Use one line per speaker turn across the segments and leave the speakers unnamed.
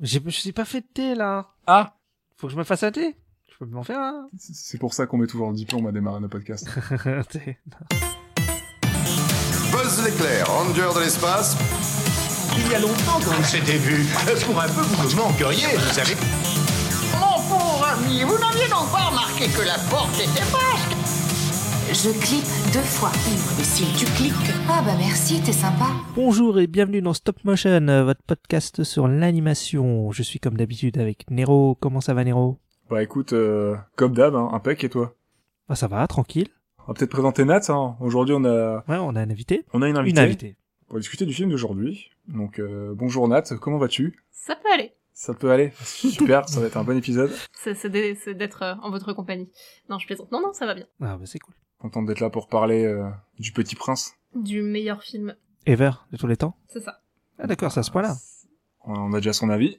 J'ai- Je ne suis pas fait de thé, là.
Ah
Faut que je me fasse un thé. Je peux m'en faire hein. un.
C'est- C'est pour ça qu'on met toujours le diplôme à démarrer nos podcasts.
Un thé.
Buzz l'éclair, ranger de l'espace.
Il y a longtemps qu'on s'était vu. Euh, Pour un peu, vous me manqueriez, vous savez.
Mon pauvre ami, vous n'aviez donc pas remarqué que la porte était basque
Je clique deux fois. Mais si tu cliques. Ah bah merci, t'es sympa.
Bonjour et bienvenue dans Stop Motion, euh, votre podcast sur l'animation. Je suis comme d'habitude avec Nero. Comment ça va, Nero
bah écoute, euh, comme d'hab, hein, impec et toi
Bah, ça va, tranquille.
On va peut-être présenter Nat. Hein. Aujourd'hui, on a,
Ouais, on a un invité.
on a une invitée
Une invitée.
pour discuter du film d'aujourd'hui. Donc euh, bonjour Nat, comment vas-tu
Ça peut aller.
Ça peut aller Super, ça va être un bon épisode.
C'est c'est des- c'est d'être euh, en votre compagnie. Non, je plaisante. Non, non, ça va bien.
Ah, bah, c'est cool.
Content d'être là pour parler euh, du Petit Prince.
Du meilleur film,
Ever, de tous les temps.
c'est ça.
Ah, d'accord, c'est à ce point-là.
On- On a déjà son avis.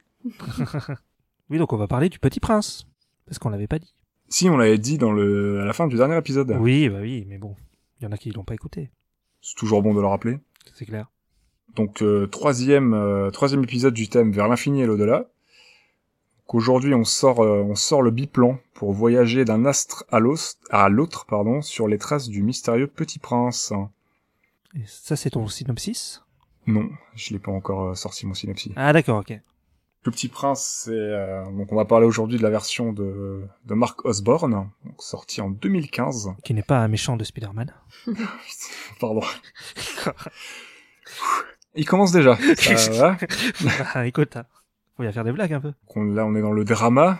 Oui, donc on va parler du Petit Prince. Parce qu'on l'avait pas dit.
Si, on l'avait dit dans le, à la fin du dernier épisode.
Oui, bah oui, mais bon. Il y en a qui l'ont pas écouté.
C'est toujours bon de le rappeler.
C'est clair.
Donc euh, troisième euh, troisième épisode du thème vers l'infini et l'au-delà. Qu'aujourd'hui on sort euh, on sort le biplan pour voyager d'un astre à l'os- à l'autre pardon sur les traces du mystérieux Petit Prince.
Et ça, c'est ton synopsis
Non, je l'ai pas encore euh, sorti mon synopsis.
Ah, d'accord, ok.
Le Petit Prince, c'est euh, donc on va parler aujourd'hui de la version de de Mark Osborne, donc sorti en 2015.
Qui n'est pas un méchant de Spider-Man.
Pardon. Il commence déjà. Ça va.
Ah, écoute, hein. faut bien faire des blagues un peu.
qu'on- là on est dans le drama,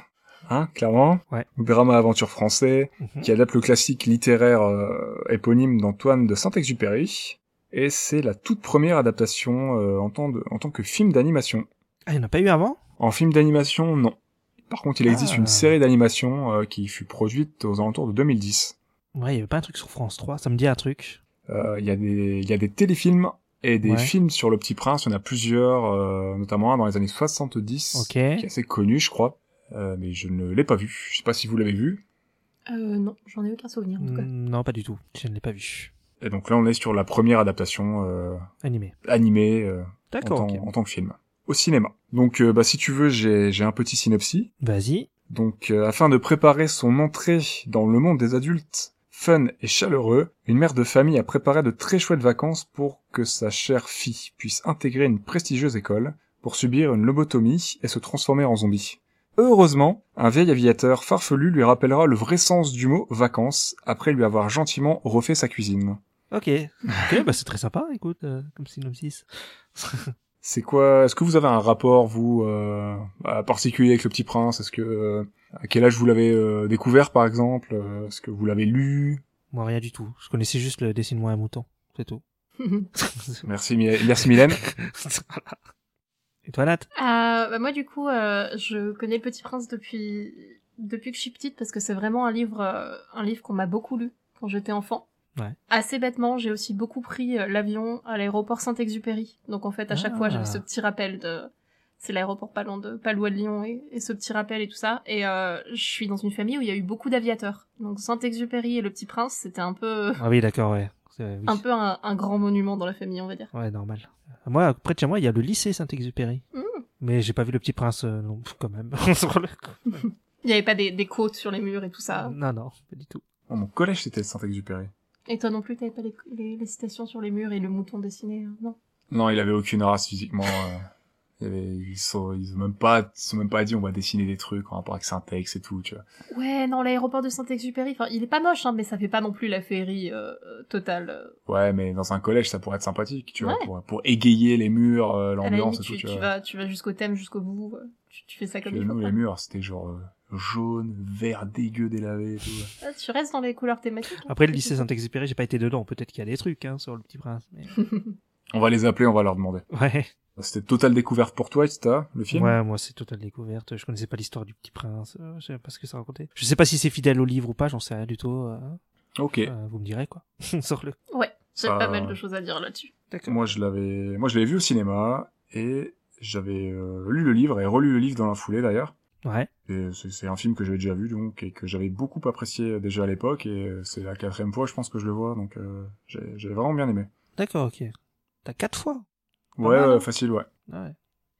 hein, clairement.
Ouais.
Drama aventure français,
Mhm.
qui adapte le classique littéraire euh, éponyme d'Antoine de Saint-Exupéry. Et c'est la toute première adaptation euh, en, tant de- en tant que film d'animation.
Ah, il n'y en a pas eu avant
En film d'animation, non. Par contre, il existe
Ah.
une série d'animation euh, qui fut produite aux alentours de 2010.
Ouais, il n'y avait pas un truc sur France 3, ça me dit un truc.
Euh, Il y, a des- il y a des téléfilms et des
Ouais.
films sur le Petit Prince. Il y en a plusieurs, euh, notamment un dans les années 70
Ok.
qui est assez connu, je crois, euh, mais je ne l'ai pas vu. Je sais pas si vous l'avez vu.
Euh, non, j'en ai aucun souvenir en tout cas.
Mm, Non, pas du tout. Je ne l'ai pas vu.
Et donc là, on est sur la première adaptation euh,
Animé.
animée euh, en,
D'accord,
tant,
ok.
en tant que film au cinéma. Donc, euh, bah, si tu veux, j'ai j'ai un petit synopsis.
Vas-y.
Donc, euh, afin de préparer son entrée dans le monde des adultes, fun et chaleureux, une mère de famille a préparé de très chouettes vacances pour que sa chère fille puisse intégrer une prestigieuse école, pour subir une lobotomie et se transformer en zombie. Heureusement, un vieil aviateur farfelu lui rappellera le vrai sens du mot vacances après lui avoir gentiment refait sa cuisine.
Ok. Ok, bah c'est très sympa, écoute, euh, comme synopsis.
C'est quoi Est-ce que vous avez un rapport vous euh, bah, particulier avec le Petit Prince Est-ce que euh, à quel âge vous l'avez euh, découvert par exemple Euh, Est-ce que vous l'avez lu
Moi, rien du tout. Je connaissais juste le Dessine-moi un mouton. C'est tout.
Merci, Mi- merci Mylène.
Et toi, Nat
Euh, bah, moi, du coup, euh, je connais Le Petit Prince depuis depuis que je suis petite parce que c'est vraiment un livre euh, un livre qu'on m'a beaucoup lu quand j'étais enfant.
Ouais.
Assez bêtement, j'ai aussi beaucoup pris euh, l'avion à l'aéroport Saint-Exupéry. Donc en fait, à chaque
Ah.
fois, j'avais ce petit rappel de c'est l'aéroport pas loin de pas loin de Lyon et, et ce petit rappel et tout ça. Et euh, je suis dans une famille où il y a eu beaucoup d'aviateurs. Donc Saint-Exupéry et Le Petit Prince, c'était un peu
Ah oui, d'accord, ouais. C'est- oui.
un peu un, un grand monument dans la famille, on va dire.
Ouais, normal. Moi, près de chez moi, il y a le lycée Saint-Exupéry.
Mm.
Mais j'ai pas vu le petit prince, euh, non, pff, quand même. Sur le coup.
Il n'y avait pas des, des côtes sur les murs et tout ça.
Non, non, pas du tout.
Oh, mon collège c'était Saint-Exupéry.
Et toi non plus, t'avais pas les, les- les citations sur les murs et le mouton dessiné, hein, non
Non, il avait aucune race physiquement. euh, il avait, ils sont, ils ont même pas, ils se sont même pas dit on va dessiner des trucs en rapport avec un texte et tout. Tu vois.
Ouais, non, l'aéroport de Saint-Exupéry, enfin, il est pas moche, hein, mais ça fait pas non plus la féerie euh, euh, totale. euh.
Ouais, mais dans un collège ça pourrait être sympathique, tu vois,
Ouais.
pour, pour égayer les murs, euh,
À la
l'ambiance
limite,
et tout. Tu,
tu, tu
vois.
vas, tu vas jusqu'au thème, jusqu'au bout, euh, tu, tu fais ça
Puis
comme il faut.
nous
quoi.
les murs c'était genre euh, jaune, vert dégueu délavé. Et tout.
Ah, tu restes dans les couleurs thématiques. hein,
Après, le
c'est
lycée
tout.
Saint-Exupéry, j'ai pas été dedans. Peut-être qu'il y a des trucs, hein, sur le petit prince. mais-
On va les appeler, on va leur demander.
Ouais.
C'était totale découverte pour toi, Ista, le film
Ouais, moi c'est totale découverte. Je connaissais pas l'histoire du petit prince. euh, je sais pas ce que ça racontait. Je sais pas si c'est fidèle au livre ou pas, j'en sais rien du tout. euh,
Ok.
euh, vous me direz quoi. Sors le.
Ouais, j'ai
Ça-
pas mal de choses à dire là-dessus.
D'accord.
Moi, je l'avais, moi, je l'avais vu au cinéma et j'avais euh, lu le livre et relu le livre dans la foulée d'ailleurs.
Ouais.
Et C'est c'est un film que j'avais déjà vu donc et que j'avais beaucoup apprécié euh, déjà à l'époque et euh, c'est la quatrième fois je pense que je le vois donc euh, j'ai- j'avais vraiment bien aimé.
D'accord, ok. T'as quatre fois. mal,
Ouais, ouais, euh,
hein
facile, ouais.
Ouais.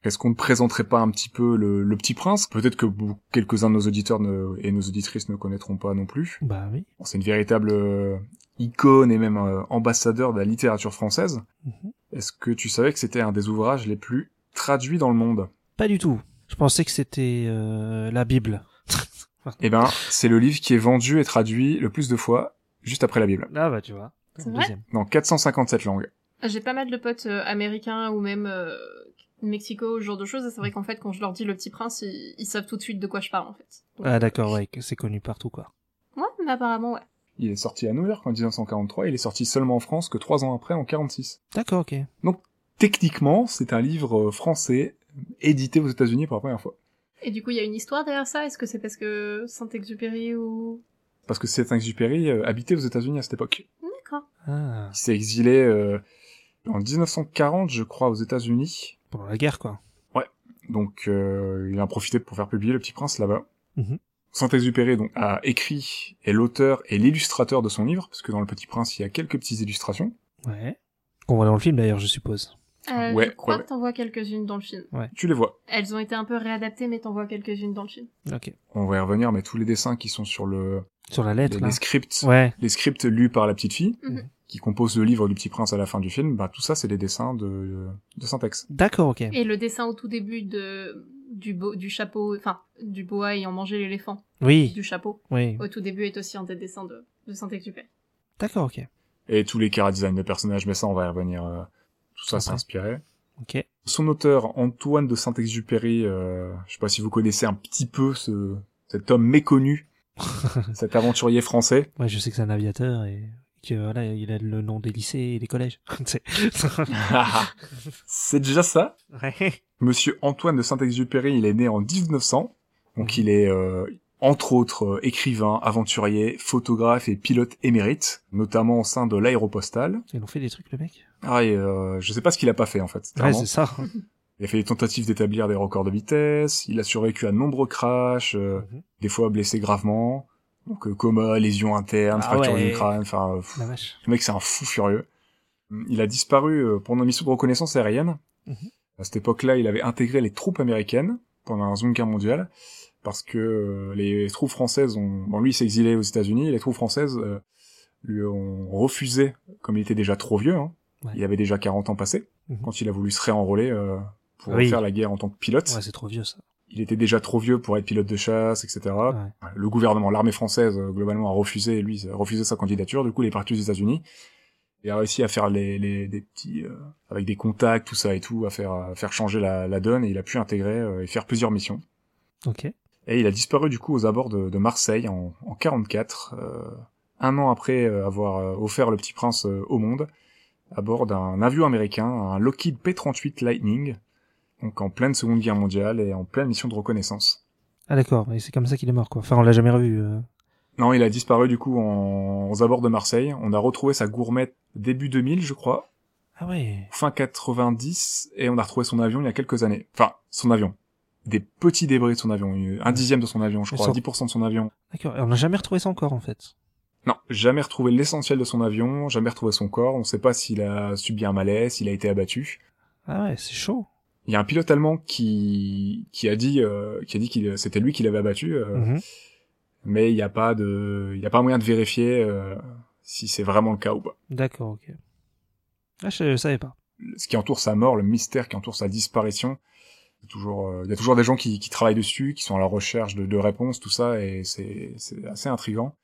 Est-ce qu'on ne présenterait pas un petit peu le, le petit prince Peut-être que bou- quelques-uns de nos auditeurs ne- et nos auditrices ne connaîtront pas non plus.
Bah oui.
Bon, C'est une véritable euh, icône et même euh, ambassadeur de la littérature française.
Mhm.
Est-ce que tu savais que c'était un des ouvrages les plus traduits dans le monde
Pas du tout. Je pensais que c'était euh, la Bible.
Eh ben, c'est le livre qui est vendu et traduit le plus de fois, juste après la Bible,
Ah bah tu vois.
C'est vrai
Deuxième.
dans 457 langues.
J'ai pas mal de potes euh, américains ou même euh, Mexico, ce genre de choses. Et c'est vrai qu'en fait, quand je leur dis Le Petit Prince, ils, ils savent tout de suite de quoi je parle, en fait. Donc,
Ah d'accord, ouais, que c'est connu partout quoi.
Ouais, mais apparemment, ouais.
Il est sorti à New York en 1943, il est sorti seulement en France que trois ans après, en 46.
D'accord, ok.
Techniquement, c'est un livre euh, français édité aux États-Unis pour la première fois.
Et du coup, il y a une histoire derrière ça. Est-ce que c'est parce que Saint-Exupéry ou...
Parce que Saint-Exupéry euh, habitait aux États-Unis à cette époque.
D'accord.
Ah,
Il s'est exilé euh, en 1940, je crois, aux États-Unis.
pendant la guerre quoi.
Donc, euh, il a profité pour faire publier Le Petit Prince là-bas.
Mhm.
Saint-Exupéry donc a écrit est l'auteur et l'illustrateur de son livre, parce que dans Le Petit Prince, il y a quelques petites illustrations.
Ouais. Qu'on voit dans le film d'ailleurs, je suppose.
Euh,
Ouais,
je crois
ouais, ouais.
que t'en vois quelques-unes dans le film.
Tu les vois.
Elles ont été un peu réadaptées, mais t'en vois quelques-unes dans le film.
Ok.
On va y revenir, mais tous les dessins qui sont sur le
Sur la
les,
lettre là.
les scripts,
Ouais.
les scripts lus par la petite fille,
Mhm.
qui compose le livre du Petit Prince à la fin du film, bah tout ça c'est des dessins de de syntaxe.
D'accord, ok.
Et le dessin au tout début de du, bo- du chapeau, enfin, du boa ayant mangé l'éléphant,
Oui,
du chapeau,
oui.
au tout début est aussi un des dessins de, de Saint-Exupéry.
D'accord, ok.
Et tous les chara-design de personnages, mais ça on va y revenir. euh, tout ça
Après.
c'est inspiré.
Ok.
Son auteur Antoine de Saint-Exupéry, euh, je sais pas si vous connaissez un petit peu ce cet homme méconnu, cet aventurier français.
Ouais, je sais que c'est un aviateur et que voilà, il a le nom des lycées et des collèges. C'est-
c'est déjà ça.
ouais.
Monsieur Antoine de Saint-Exupéry, il est né en 1900, donc
Mhm.
il est euh, entre autres euh, écrivain, aventurier, photographe et pilote émérite, notamment au sein de l'aéropostale.
Ils ont fait des trucs, le mec.
Ah, et, euh, je sais pas ce qu'il a pas fait en fait.
Ouais,
clairement.
c'est ça.
il a fait des tentatives d'établir des records de vitesse, il a survécu à de nombreux crashs, euh,
Mhm.
des fois blessé gravement, donc euh, coma, lésions internes,
Ah
fracture
ouais.
du crâne, enfin euh, pff,
La vache.
le mec, c'est un fou furieux. Il a disparu euh, pendant une mission de reconnaissance aérienne.
Mhm.
À cette époque-là, il avait intégré les troupes américaines pendant la Seconde Guerre mondiale, parce que euh, les troupes françaises ont... Bon, lui, il s'est exilé aux États-Unis, et les troupes françaises euh, lui ont refusé, comme il était déjà trop vieux, hein.
Ouais.
il avait déjà 40 ans passés,
Mhm.
quand il a voulu se réenrôler euh, pour
Oui.
faire la guerre en tant que pilote.
Ouais, c'est trop vieux ça.
Il était déjà trop vieux pour être pilote de chasse, etc.
Ouais.
Le gouvernement, l'armée française, euh, globalement, a refusé, lui, a refusé sa candidature. Du coup, il est parti aux États-Unis et a réussi à faire les, les- des petits, euh, avec des contacts, tout ça et tout, à faire, à faire changer la, la donne. Et il a pu intégrer euh, et faire plusieurs missions.
Ok.
Et il a disparu du coup aux abords de, de Marseille en, en 44, euh, un an après euh, avoir euh, offert le Petit Prince euh, au monde, à bord d'un avion américain, un Lockheed P-38 Lightning, donc en pleine Seconde Guerre mondiale et en pleine mission de reconnaissance.
Ah d'accord, et c'est comme ça qu'il est mort quoi. Enfin, on l'a jamais revu. euh.
Non, il a disparu du coup en... aux abords de Marseille. On a retrouvé sa gourmette début 2000, je crois,
Ah ouais.
fin 90, et on a retrouvé son avion il y a quelques années. Enfin, son avion. Des petits débris de son avion, un dixième de son avion, je
Mais
crois,
son-
10% de son avion.
D'accord. Et on n'a jamais retrouvé ça encore en fait.
Non, jamais retrouvé l'essentiel de son avion, jamais retrouvé son corps. On ne sait pas s'il a subi un malaise, s'il a été abattu.
Ah ouais, c'est chaud.
Il y a un pilote allemand qui qui a dit euh, qui a dit qu'il c'était lui qui l'avait abattu, euh,
Mhm.
mais il n'y a pas de il y a pas moyen de vérifier euh, si c'est vraiment le cas ou pas.
D'accord, ok. Ah, je, je savais pas.
ce qui entoure sa mort, le mystère qui entoure sa disparition. C'est Toujours, euh, il y a toujours des gens qui, qui travaillent dessus, qui sont à la recherche de, de réponses, tout ça, et c'est c'est assez intriguant.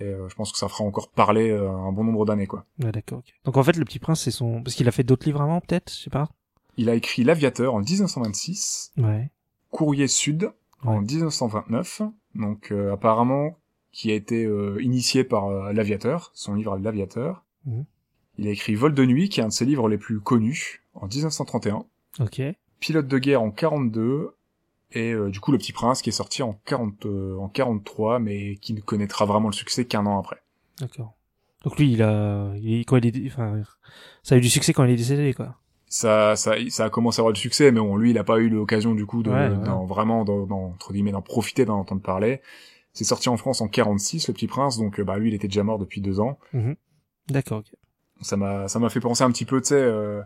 Et euh, je pense que ça fera encore parler euh, un bon nombre d'années, quoi.
Ouais, d'accord. ok. Donc en fait, le petit prince, c'est son, parce qu'il a fait d'autres livres avant, peut-être, je sais pas.
Il a écrit L'Aviateur en 1926,
Ouais.
Courrier Sud en
Ouais.
1929, donc euh, apparemment qui a été euh, initié par euh, L'Aviateur, son livre L'Aviateur.
Mhm.
Il a écrit Vol de nuit, qui est un de ses livres les plus connus, en 1931.
Ok.
Pilote de guerre en 42 et euh, du coup Le Petit Prince qui est sorti en 40 euh, en 43 mais qui ne connaîtra vraiment le succès qu'un an après.
D'accord. Donc lui, il a, il est- quand il est, enfin, ça a eu du succès quand il est décédé quoi.
Ça ça ça a commencé à avoir du succès mais bon lui il a pas eu l'occasion du coup de
Ouais, ouais.
d'en- vraiment d'en- d'en- entre guillemets d'en profiter d'en entendre parler. C'est sorti en France en 46 Le Petit Prince donc euh, bah lui il était déjà mort depuis deux ans.
D'accord. ok.
Ça m'a ça m'a fait penser un petit peu tu sais euh,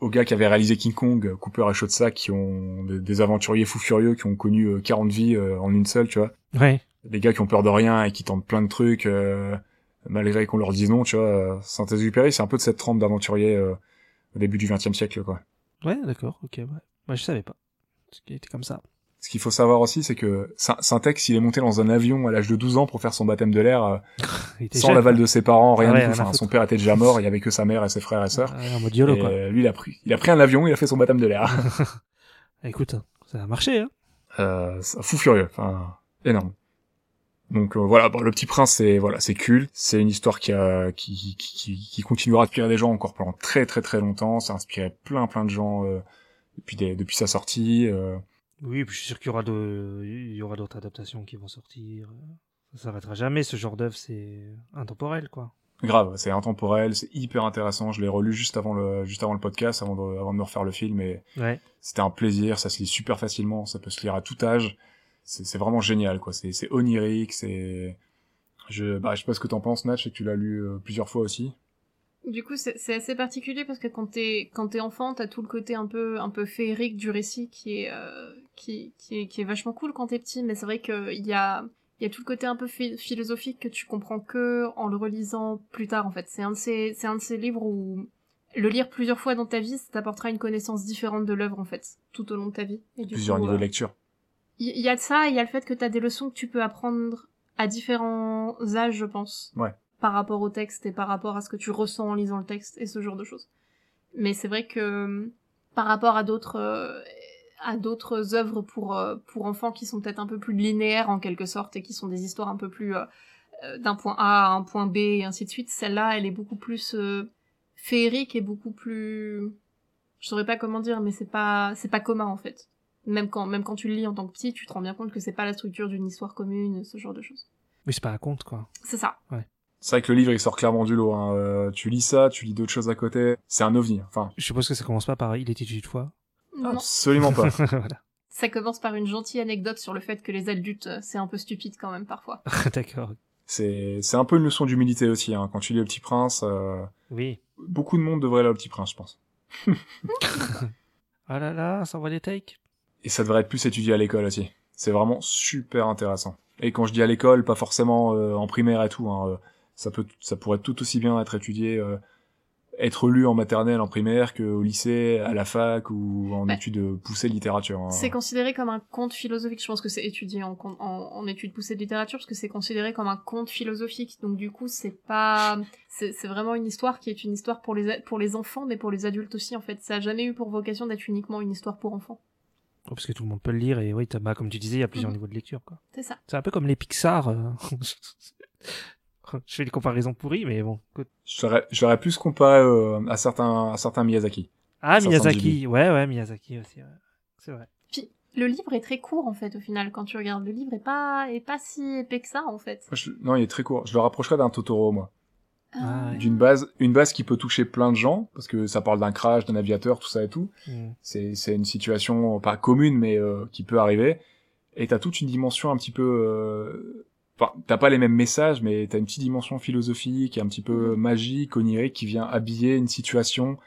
au gars qui avait réalisé King Kong, Cooper et Shotsa, qui ont des, des aventuriers fous furieux, qui ont connu euh, 40 vies euh, en une seule, tu vois.
Ouais.
Des gars qui ont peur de rien et qui tentent plein de trucs, euh, malgré qu'on leur dise non, tu vois. euh, Saint-Exupéry, c'est un peu de cette trempe d'aventuriers euh, au début du XXe siècle, quoi.
Ouais, d'accord, ok, ouais. Moi, je savais pas. Parce qu'il était comme ça.
Ce qu'il faut savoir aussi, c'est que Sa- Syntex, il est monté dans un avion à l'âge de 12 ans pour faire son baptême de l'air, euh,
Il était
sans
jeune,
l'aval de ses parents, rien
Ah ouais,
du tout.
rien à
Enfin, son
foutre.
père était déjà mort, il y avait que sa mère et ses frères et
quoi.
sœurs.
Ouais, Ah, en mode YOLO,
Et,
quoi.
euh, lui, il a pris, il a pris un avion, il a fait son baptême de l'air.
Écoute, ça a marché, hein.
euh, c'est un fou furieux, enfin énorme. Donc euh, voilà, bon, le Petit Prince, c'est voilà, c'est culte, c'est une histoire qui, a, qui, qui, qui, qui continuera à inspirer des gens encore pendant très très très longtemps. Ça a inspiré plein plein de gens euh, depuis des- depuis sa sortie. euh.
Oui, puis je suis sûr qu'il y aura de, il y aura d'autres adaptations qui vont sortir. Ça s'arrêtera jamais. Ce genre d'œuvre, c'est intemporel, quoi.
Grave, c'est intemporel, c'est hyper intéressant. Je l'ai relu juste avant le juste avant le podcast, avant de, avant de me refaire le film, et
Ouais.
c'était un plaisir. Ça se lit super facilement, ça peut se lire à tout âge. C'est c'est vraiment génial, quoi. C'est c'est onirique, c'est je bah je sais pas ce que t'en penses, Natch, et que tu l'as lu euh, plusieurs fois aussi.
Du coup, c'est c'est assez particulier parce que quand t'es quand t'es enfant, t'as tout le côté un peu un peu féerique du récit qui est euh, qui, qui est qui est vachement cool quand t'es petit. Mais c'est vrai que il y a il y a tout le côté un peu phi- philosophique que tu comprends que en le relisant plus tard. En fait, c'est un de ces c'est un de ces livres où le lire plusieurs fois dans ta vie, ça t'apportera une connaissance différente de l'œuvre en fait tout au long de ta vie. Et du
plusieurs
coup,
niveaux
euh,
de lecture.
Il y, y a de ça, et il y a le fait que t'as des leçons que tu peux apprendre à différents âges, je pense.
Ouais.
Par rapport au texte et par rapport à ce que tu ressens en lisant le texte et ce genre de choses. Mais c'est vrai que euh, par rapport à d'autres euh, à d'autres œuvres pour euh, pour enfants qui sont peut-être un peu plus linéaires en quelque sorte et qui sont des histoires un peu plus euh, euh, d'un point A à un point B et ainsi de suite, celle-là, elle est beaucoup plus euh, féerique et beaucoup plus je saurais pas comment dire mais c'est pas c'est pas commun en fait même quand, même quand tu le lis en tant que petit, tu te rends bien compte que c'est pas la structure d'une histoire commune, ce genre de choses.
Mais c'est pas un conte, quoi.
C'est ça.
C'est vrai que le livre il sort clairement du lot. hein. Euh, tu lis ça, tu lis d'autres choses à côté. C'est un ovni. hein. Enfin,
Je suppose que ça commence pas par il était une fois.
Non.
absolument pas.
voilà.
Ça commence par une gentille anecdote sur le fait que les adultes, euh, c'est un peu stupide quand même parfois.
D'accord.
C'est c'est un peu une leçon d'humilité aussi. hein. Quand tu lis Le Petit Prince, euh,
Oui.
beaucoup de monde devrait lire Le Petit Prince, je pense.
Ah là là, ça envoie des takes.
Et ça devrait être plus étudié à l'école aussi. C'est vraiment super intéressant. Et quand je dis à l'école, pas forcément euh, en primaire et tout. hein, euh, ça peut, ça pourrait tout aussi bien être étudié, euh, être lu en maternelle, en primaire, qu'au lycée, à la fac ou en
Ouais.
études euh, poussées littérature. hein.
C'est considéré comme un conte philosophique. Je pense que c'est étudié en, con- en, en études poussées de littérature parce que c'est considéré comme un conte philosophique. Donc du coup, c'est pas, c'est c'est vraiment une histoire qui est une histoire pour les, a- pour les enfants, mais pour les adultes aussi en fait. Ça a jamais eu pour vocation d'être uniquement une histoire pour enfants.
Oh, parce que tout le monde peut le lire et oui, t'as- bah, comme tu disais, il y a plusieurs
Mhm.
niveaux de lecture, quoi.
C'est ça.
C'est un peu comme les Pixar. euh. je fais des comparaisons pourries, mais bon. écoute.
Je l'aurais- je l'aurais plus comparé euh, à certains, à certains Miyazaki.
Ah,
Certains
Miyazaki.
Ghibli.
Ouais, ouais, Miyazaki aussi. ouais. C'est vrai.
Puis le livre est très court en fait au final quand tu regardes. Le livre est pas, est pas si épais que ça en fait.
Moi, je- Non, il est très court. Je le rapprocherais d'un Totoro, moi.
Ah, ouais.
D'une base, une base qui peut toucher plein de gens, parce que ça parle d'un crash, d'un aviateur, tout ça et tout.
Mm.
C'est, c'est une situation euh, pas commune, mais euh, qui peut arriver. Et t'as toute une dimension un petit peu. euh, Enfin, t'as pas les mêmes messages, mais t'as une petite dimension philosophique, un petit peu magique, onirique, qui vient habiller une situation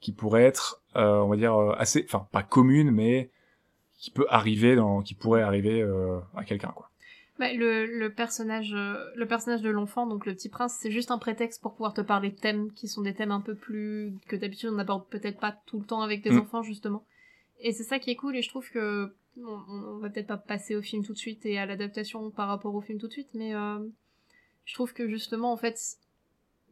qui pourrait être, euh, on va dire, euh, assez, enfin, pas commune, mais qui peut arriver dans, qui pourrait arriver euh, à quelqu'un, quoi.
Bah, le, le personnage euh, le personnage de l'enfant donc le petit prince c'est juste un prétexte pour pouvoir te parler de thèmes qui sont des thèmes un peu plus que d'habitude on n'aborde peut-être pas tout le temps avec des
Mm.
enfants justement et c'est ça qui est cool et je trouve que on, on- on va peut-être pas passer au film tout de suite et à l'adaptation par rapport au film tout de suite mais euh, je trouve que justement en fait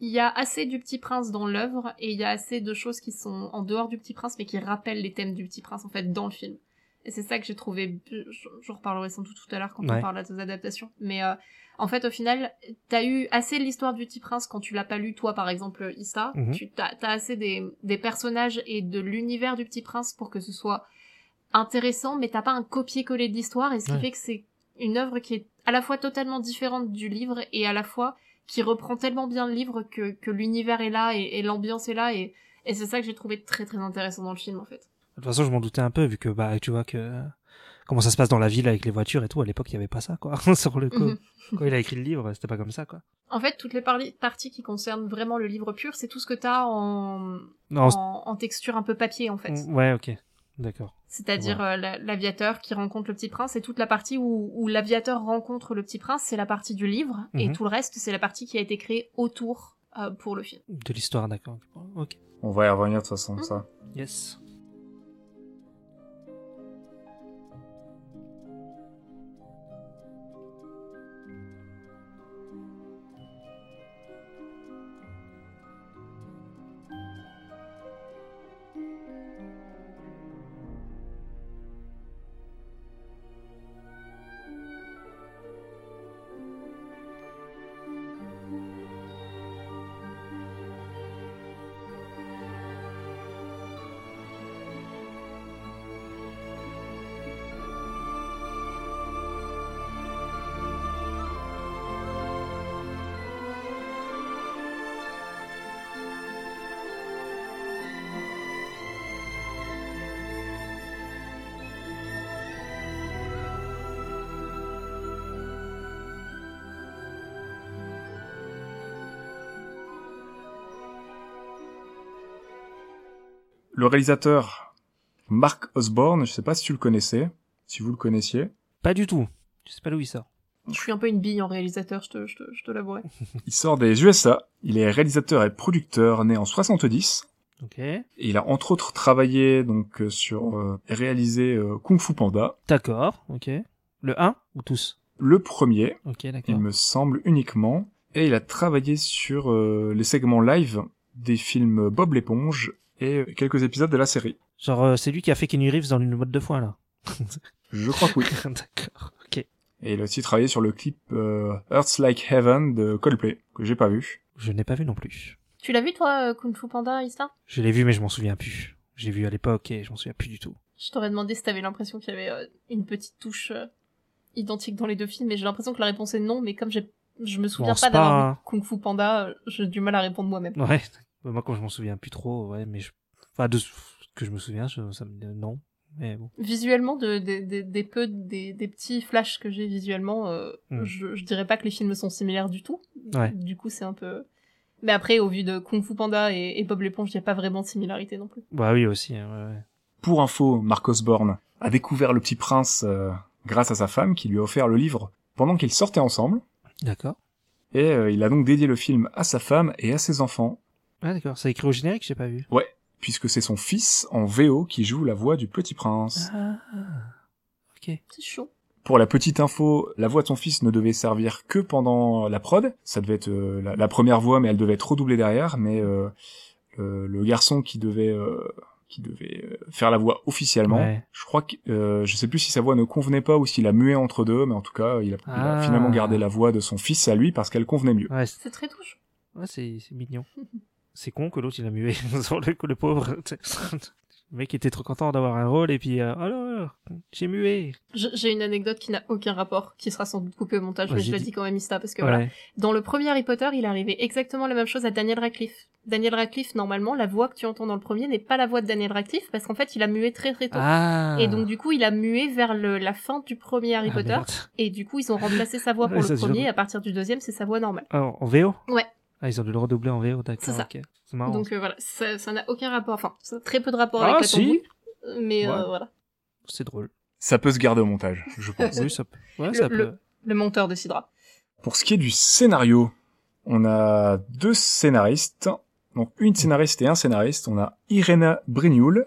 il y a assez du petit prince dans l'œuvre et il y a assez de choses qui sont en dehors du petit prince mais qui rappellent les thèmes du petit prince en fait dans le film et c'est ça que j'ai trouvé. je- J'en reparlerai sans doute tout à l'heure quand
Ouais.
on parlera des adaptations. Mais euh, en fait, au final, t'as eu assez de l'histoire du petit prince quand tu l'as pas lu, toi, par exemple, Issa.
Mhm.
Tu t'as t'as assez des, des personnages et de l'univers du petit prince pour que ce soit intéressant, mais t'as pas un copier-coller de l'histoire. Et ce qui
Ouais.
fait que c'est une œuvre qui est à la fois totalement différente du livre et à la fois qui reprend tellement bien le livre que, que l'univers est là et, et l'ambiance est là. Et, et c'est ça que j'ai trouvé très très intéressant dans le film, en fait.
De toute façon, je m'en doutais un peu, vu que, bah, tu vois que comment ça se passe dans la ville avec les voitures et tout. À l'époque, il y avait pas ça, quoi. Sur le coup.
Mhm.
Quand il a écrit le livre, c'était pas comme ça, quoi.
En fait, toutes les parli- parties qui concernent vraiment le livre pur, c'est tout ce que t'as en...
Non,
En... en texture un peu papier, en fait.
c'est- ouais, ok, d'accord.
C'est-à-dire euh, la- l'aviateur qui rencontre le petit prince, et toute la partie où, où l'aviateur rencontre le petit prince, c'est la partie du livre, et
Mhm.
tout le reste, c'est la partie qui a été créée autour euh, pour le film.
De l'histoire, d'accord. Ok.
On va y revenir de toute façon,
Mm.
ça.
Yes.
Le réalisateur Mark Osborne, je sais pas si tu le connaissais, si vous le connaissiez.
Pas du tout. Je sais pas d'où il sort.
Je suis un peu une bille en réalisateur, je te, je te, je te l'avouerai.
Il sort des USA, il est réalisateur et producteur né en 70,
Ok.
Et il a entre autres travaillé donc euh, sur euh, et réalisé euh, Kung Fu Panda,
D'accord. Ok. Le 1 ou tous
le premier,
Ok,
il
d'accord.
me semble uniquement, et il a travaillé sur euh, les segments live des films Bob l'éponge et euh, quelques épisodes de la série.
Genre, euh, c'est lui qui a fait Kenny Reeves dans une mode de foin, là.
Je crois que oui.
d'accord. Ok.
Et il a aussi travaillé sur le clip euh, Earth's Like Heaven de Coldplay que j'ai pas vu.
Je n'ai pas vu non plus.
Tu l'as vu, toi, euh, Kung Fu Panda, Ista
Je l'ai vu, mais je m'en souviens plus. J'ai vu à l'époque et je m'en souviens plus du tout.
Je t'aurais demandé si t'avais l'impression qu'il y avait euh, une petite touche euh, identique dans les deux films, et j'ai l'impression que la réponse est non, mais comme j'ai- je me souviens
Pense
pas d'avoir
pas,
vu Kung Fu Panda, euh, j'ai du mal à répondre moi-même.
Ouais. Bah, Moi, quand je m'en souviens plus trop, ouais, mais je... Enfin, de ce que je me souviens, je- ça me... Non. Mais bon.
Visuellement, de, de- de- des peu des, des petits flashs que j'ai visuellement, euh,
Hmm.
je, je dirais pas que les films sont similaires du tout.
Ouais.
Du coup, c'est un peu. Mais après, au vu de Kung Fu Panda et, et Bob l'éponge, il n'y a pas vraiment de similarité non plus.
Bah oui, aussi. hein, ouais, ouais.
Pour info, Mark Osborne a découvert Le Petit Prince euh, grâce à sa femme qui lui a offert le livre pendant qu'ils sortaient ensemble,
D'accord.
et euh, il a donc dédié le film à sa femme et à ses enfants.
Ah, d'accord. Ça écrit au générique, j'ai pas vu.
puisque c'est son fils en VO qui joue la voix du Petit Prince.
Ah. Ok.
C'est chaud.
Pour la petite info, la voix de son fils ne devait servir que pendant la prod. Ça devait être euh, la, la première voix, mais elle devait être redoublée derrière. Mais euh, euh, le garçon qui devait euh, qui devait euh, faire la voix officiellement,
Ouais.
je crois que euh, je sais plus si sa voix ne convenait pas ou s'il a mué entre deux, mais en tout cas, il a, il a
Ah.
finalement gardé la voix de son fils à lui parce qu'elle convenait mieux.
Ouais, c'est-
C'est très touchant.
ouais, c'est c'est mignon. C'est con que l'autre il a mué sur le coup, le pauvre. le mec était trop content d'avoir un rôle et puis euh, alors j'ai mué.
Je- J'ai une anecdote qui n'a aucun rapport, qui sera sans doute coupée au montage,
Ouais,
mais
j'ai
je la
dit-
dis quand même Ista parce que
Ouais.
voilà. Dans le premier Harry Potter, il arrivait exactement la même chose à Daniel Radcliffe. Daniel Radcliffe, normalement, la voix que tu entends dans le premier n'est pas la voix de Daniel Radcliffe parce qu'en fait, il a mué très très tôt.
Ah.
Et donc du coup, il a mué vers le- la fin du premier Harry
Ah,
Potter.
merde.
Et du coup, ils ont remplacé sa voix pour
Ouais,
le
ça, c'est
premier.
genre-
Et à partir du deuxième, c'est sa voix normale.
Ah, en VO.
Ouais.
Ah ils ont dû le redoubler en VO, d'accord.
C'est ça.
ok. C'est marrant.
Donc euh, voilà, ça ça n'a aucun rapport. Enfin, ça a très peu de rapport
Ah,
avec la
si.
tambouille. Mais euh,
Ouais.
voilà,
C'est drôle.
Ça peut se garder au montage, je pense.
Oui ça. peut- Ouais,
Euh, Le-
ça peut.
le- le monteur décidera.
Pour ce qui est du scénario, on a deux scénaristes, donc une scénariste et un scénariste. On a Irena Brignoul,